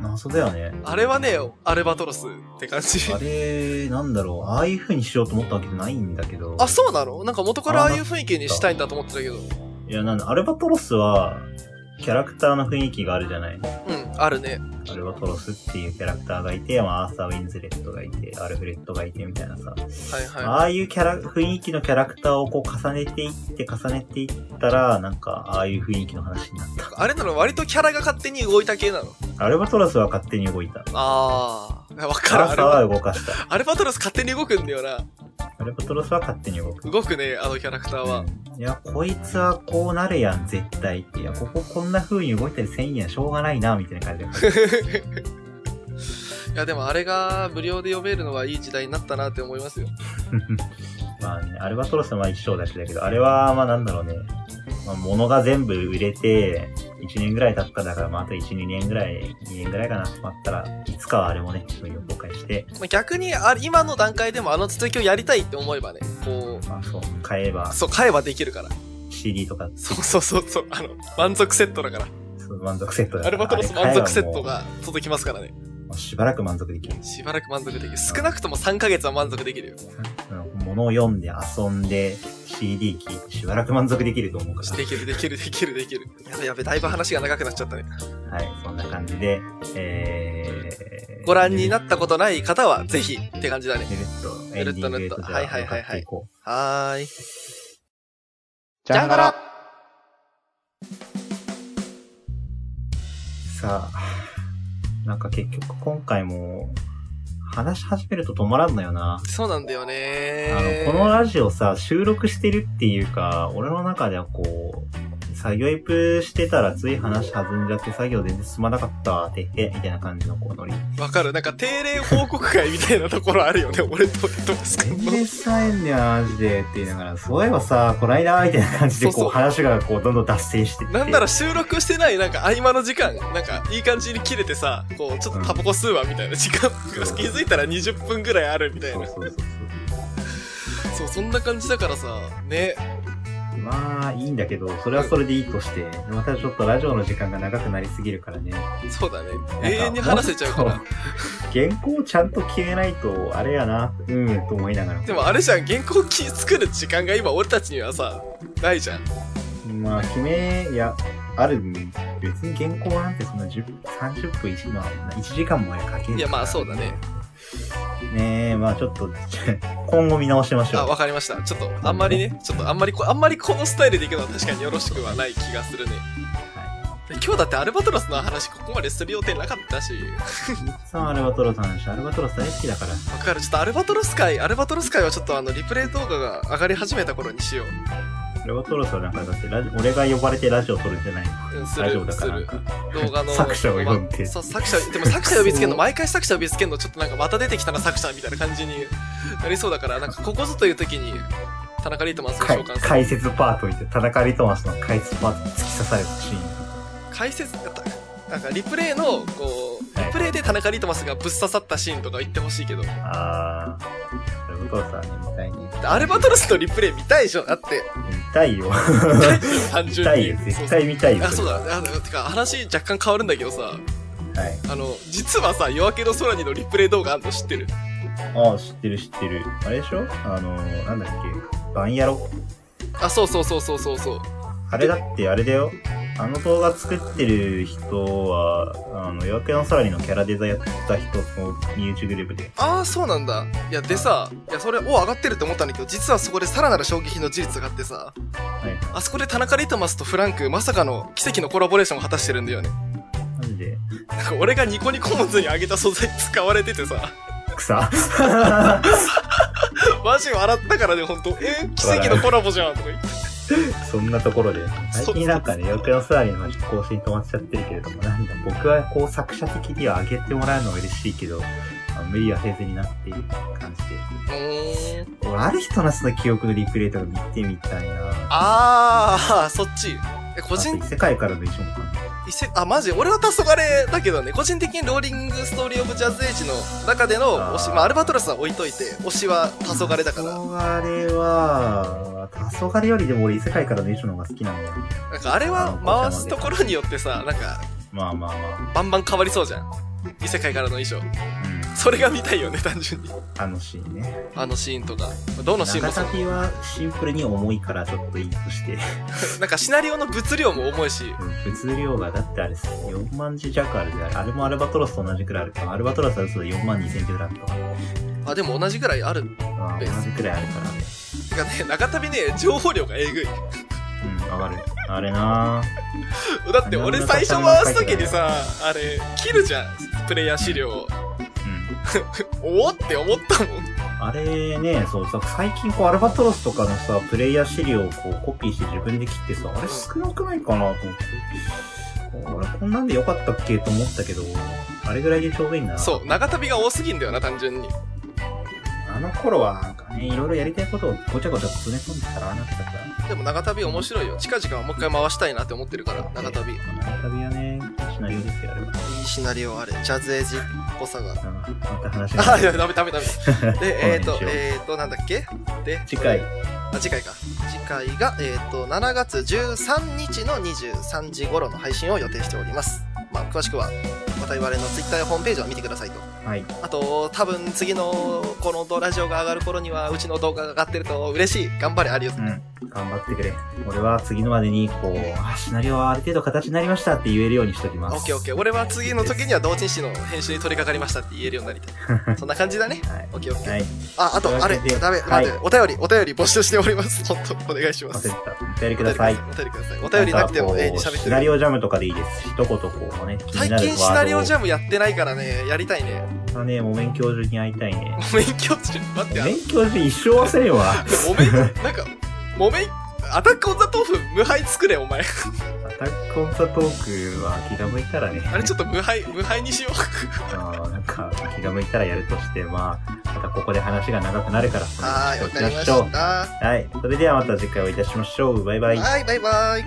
S2: 謎だよね。
S1: あれはね、アルバトロスって感じ。
S2: あれ、なんだろう。ああいう風にしようと思ったわけじゃないんだけど。
S1: あ、そうなのなんか元からああいう雰囲気にしたいんだと思ってたけど。う
S2: いや、なんだ、アルバトロスは、キャラクターの雰囲気があるじゃない。
S1: ん、あるね。
S2: アルバトロスっていうキャラクターがいて、まあ、アーサー・ウィンズレットがいて、アルフレッドがいてみたいなさ。
S1: はいは
S2: ああいうキャラ、雰囲気のキャラクターをこう重ねていって重ねていったら、なんか、ああいう雰囲気の話になっ
S1: い。あれなの割とキャラが勝手に動いた系なの。
S2: た。アルバトロスは勝手に動いた。
S1: あー。わか
S2: カ
S1: る
S2: ラ
S1: あ
S2: サ
S1: れ
S2: は
S1: は。
S2: 動かした。
S1: アルバトロス勝手に動くんだよな。
S2: アルバトロスは勝手に動く。
S1: 動くね、あのキャラクターは。
S2: いや、こいつはこうなるやん、絶対って。いや、こここんな風に動いたりせんやん、しょうがないな、みたいな感じで。
S1: いやでもあれが無料で読めるのはいい時代になったなって思いますよ。
S2: まあね、アルバトロスはまあ一生だけだけど、あれはまあなんだろうね。まあ、物が全部売れて、1年ぐらい経っただから、まああと1、2年ぐらい、2年ぐらいかな、待ったら、いつかはあれもね、無料公開して、
S1: まあ逆にあ今の段階でもあの続きをやりたいって思えばね、こ
S2: まあそう、買えば
S1: う、そう、買えばできるから。
S2: CD とか、
S1: そうそうそう、そうあの、満足セットだから。
S2: そう満足セットだ
S1: ア
S2: か
S1: ル
S2: ら
S1: バトロス
S2: あれ
S1: 満
S2: 買えば
S1: 足セッ
S2: も
S1: ト
S2: う
S1: が届きますからね。
S2: もうしばらく満足できる。
S1: しばらく満足できる。少なくとも3ヶ月は満足できるよ。
S2: うん物を読んで遊んで CD 聴いてしばらく満足できると思うから。
S1: できるできるできるできる。やべやべ、だいぶ話が長くなっちゃったね。
S2: はい、そんな感じで、えー、
S1: ご覧に
S2: っ
S1: なったことない方はぜひって感じだね。
S2: ぬるっと、
S1: ぬ
S2: エ
S1: る
S2: ン
S1: っ
S2: デ
S1: と
S2: ィング
S1: ぬ
S2: へ
S1: っと
S2: とじゃあ
S1: はいはいはいはい
S2: 向かっていこう。
S1: はーい。
S3: ジャンガラ
S2: さあ、なんか結局今回も、話し始めると止まらんのよな。
S1: そうなんだよね
S2: あの、このラジオさ、収録してるっていうか、俺の中ではこう、作業イプしてたらつい話弾んじゃって作業全然進まなかった、てへ、みたいな感じのこうノリ。
S1: わかる。なんか定例報告会みたいなところあるよ ね。俺と、とす
S2: 全然さえんだよな、マジで。って言いながら、そういえばさ、こないだ、みたいな感じで、こう
S1: そうそう
S2: 話がこう、どんどん脱線してって。
S1: なんなら収録してないなんか合間の時間、なんかいい感じに切れてさ、こうちょっとタバコ吸うわみたいな時間、気づいたら20分ぐらいあるみたい
S2: そう
S1: な。
S2: そうそうそ
S1: そう、そんな感じだからさ、ね。
S2: う。まあ、いいんだけど、それはそれでいいとして、またちょっとラジオの時間が長くなりすぎるからね。
S1: そうだね。永遠に話せちゃうから。
S2: 原稿をちゃんと決めないと、あれやな、うん、と思いながら。
S1: でもあれじゃん、原稿き作る時間が今俺たちにはさ、ないじゃん。
S2: まあ、決め、いや、ある、別に原稿なんてそんな10 30分1、まあ、1時間もやかける
S1: いやまあそうだね。
S2: ねえ、まあちょっと、 今後見直しましょう。
S1: あ、わかりました。ちょっと、あんまりね、ちょっとあんまりこ、あんまりこのスタイルでいくのは確かによろしくはない気がするね。で今日だってアルバトロスの話ここまでする予定なかったし。
S2: さあ、アルバトロスの話、アルバトロス大好きだから。
S1: わかる。ちょっとアルバトロス界、アルバトロス界はちょっとあの、リプレイ動画が上がり始めた頃にしよう。
S2: アルバトロスはなんか、だってラジ、俺が呼ばれてラジオ撮るんじゃない
S1: うん、す
S2: ラジオ
S1: る、
S2: だ
S1: す
S2: からなん
S1: る。
S2: か。
S1: 動画の。
S2: 作者を呼んで
S1: まそう、作者、でも作者呼びつけるの、毎回作者呼びつけるの、ちょっとなんかまた出てきたな、作者みたいな感じになりそうだから、なんかここぞという時に、田中リートマンスを召喚
S2: 解
S1: する。
S2: 解説パートいて、田中リトマスの解説パートに突き刺されたシーン。
S1: 解説、なんかリプレイの、こう、
S2: はい
S1: リプレイで田中リートマスがぶっ刺さったシーンとか言ってほしいけど、
S2: あー、アルバトロスはね、みたいに。
S1: アルバトロスのリプレイ見たいでしょだ って、
S2: 見たいよ。
S1: 単
S2: 見
S1: 純
S2: た
S1: に。
S2: いよ。絶対見たいよ。
S1: あ、そうだ。あのてか、話若干変わるんだけどさ、
S2: はい。
S1: あの、実はさ、夜明けの空にのリプレイ動画あるの知ってる
S2: ああ、知ってる知ってる。あれでしょあのー、なんだっけ、バンヤロ
S1: あ、そうそうそうそうそうそう。
S2: あれだってあれだよ。あの動画作ってる人は、あの、夜明けの空にのキャラデザやった人の身内グループで。
S1: ああ、そうなんだ。いや、でさ、いや、それ、お、上がってるって思ったんだけど、実はそこでさらなる衝撃の事実があってさ、
S2: はい。
S1: あそこで田中リトマスとフランク、まさかの奇跡のコラボレーションを果たしてるんだよね。
S2: マジで、
S1: なんか俺がニコニコモンズにあげた素材使われててさ、
S2: 草
S1: マジ笑ったからね、ほんと、えー奇跡のコラボじゃんとか言って。
S2: そんなところで。
S1: そう
S2: 最近なんかね、夜明けの空にの更新止まっちゃってるけれども、なんだ、僕はこう作者的には上げてもらうのは嬉しいけど、あの、無理はせずになっている感じ
S1: うーん。
S2: で。俺、ある人のその記憶のリプレイとか見てみたいな。
S1: あー、そっち。え個
S2: 個人
S1: 人
S2: 世界からの一瞬かな。
S1: 一斉あ、マジ俺は黄昏だけどね、個人的にローリングストーリーオブジャズエイジの中での推し、
S2: あー
S1: まあアルバトラスは置いといて、推しは黄昏だから。
S2: 黄昏は、黄昏よりでも俺異世界からの衣装の方が好きなんだよ。
S1: なんかあれは回すところによってさ、なんか
S2: まあまあま
S1: バンバン変わりそうじゃん。異世界からの衣装。
S2: あ。うん。
S1: それが見たいよね、単純に。
S2: あのシーンね。
S1: あのシーンとか。どのシーンも
S2: 長
S1: そう。
S2: 崎はシンプルに重いからちょっといいとして。
S1: なんかシナリオの物量も重いし、
S2: うん物量がだってあれ4万字弱あるであれ。あれもアルバトロスと同じくらいあるから。アルバトロスは嘘で4万2千字ぐらいあったわ
S1: あ、でも同じぐらいある。
S2: まあ同じくらいあるからね。
S1: てかね、中旅ね、情報量がえぐい。
S2: うん、わかる。あれなぁ。
S1: だって俺最初回すときにさ、あれ、切るじゃん。プレイヤー資料を。
S2: うん。
S1: おおって思ったもん。
S2: あれね、そうさ、最近こう、アルバトロスとかのさ、プレイヤー資料をこう、コピーして自分で切ってさ、あれ少なくないかなと思って。あれ、こんなんでよかったっけと思ったけど、あれぐらいでちょうどいいんだな。
S1: そう、長旅が多すぎんだよな、単純に。
S2: あの頃は、なんかね、いろいろやりたいことをごちゃごちゃ詰め込んでたら、ああなってたから。
S1: でも長旅面白いよ。近々もう一回回したいなって思ってるから、長旅。い
S2: 長旅はね、シナリオですよ、あれは。
S1: いシナリオあれ、ジャズエイジっぽさ が。
S2: うんまた話が。
S1: あ、いや、ダメダメダメ。で、えっ、ー、と
S2: この辺にし、よう
S1: えっ、ー、と、なんだっけで、
S2: 次回。
S1: あ、次回か。次回が、えっ、ー、と、7月13日の23時頃の配信を予定しております。まあ、詳しくは、また我々の Twitter やホームページを見てくださいと。
S2: はい。
S1: あと、多分次のこのラジオが上がる頃には、うちの動画が上がってると嬉しい。頑張れ、アリオス。
S2: うん。頑張ってくれ。俺は次のまでに、こう、あシナリオはある程度形になりましたって言えるようにしておきま
S1: オ
S2: す。
S1: ッケーオッケー。俺は次の時には同人誌の編集に取り掛かりましたって言えるようになりた い。そんな感じだね。
S2: はい。
S1: オッケーオッケー。
S2: はい。
S1: あ、あと、あれ、
S2: というわけで
S1: ダメ、
S2: はい
S1: 待って、お便り、お便り募集しております。本当お願いしま
S2: 忘
S1: す。
S2: れ
S1: お
S2: てた。お便りください。
S1: 便りください。お便りなくても永遠に
S2: なんかこう
S1: 喋っ
S2: シ
S1: て
S2: ナリ
S1: る。
S2: オジャムとかでいいです。一言こうね、気に
S1: 最
S2: なるワード
S1: 近シナリオジ
S2: ャ
S1: ャムやってないからね、やりたいね。
S2: ム。ね、お勉強授に会いたいね。
S1: お勉強中、待っ
S2: お
S1: て、あの
S2: 勉強授一生忘れんわ。
S1: お勉強、なんか、もめん、アタックオンザ豆腐無敗作れ、お前。
S2: アタックオンザトークは気が向いたらね。
S1: あれちょっと無敗、無敗にしよう。
S2: あーなんか気が向いたらやるとして、まあ、またここで話が長くなるから、
S1: はーい、わかりま
S2: しょ
S1: した。
S2: う。はい。それではまた次回お会いいたしましょう。バイバイ。
S1: はい、バイバイ。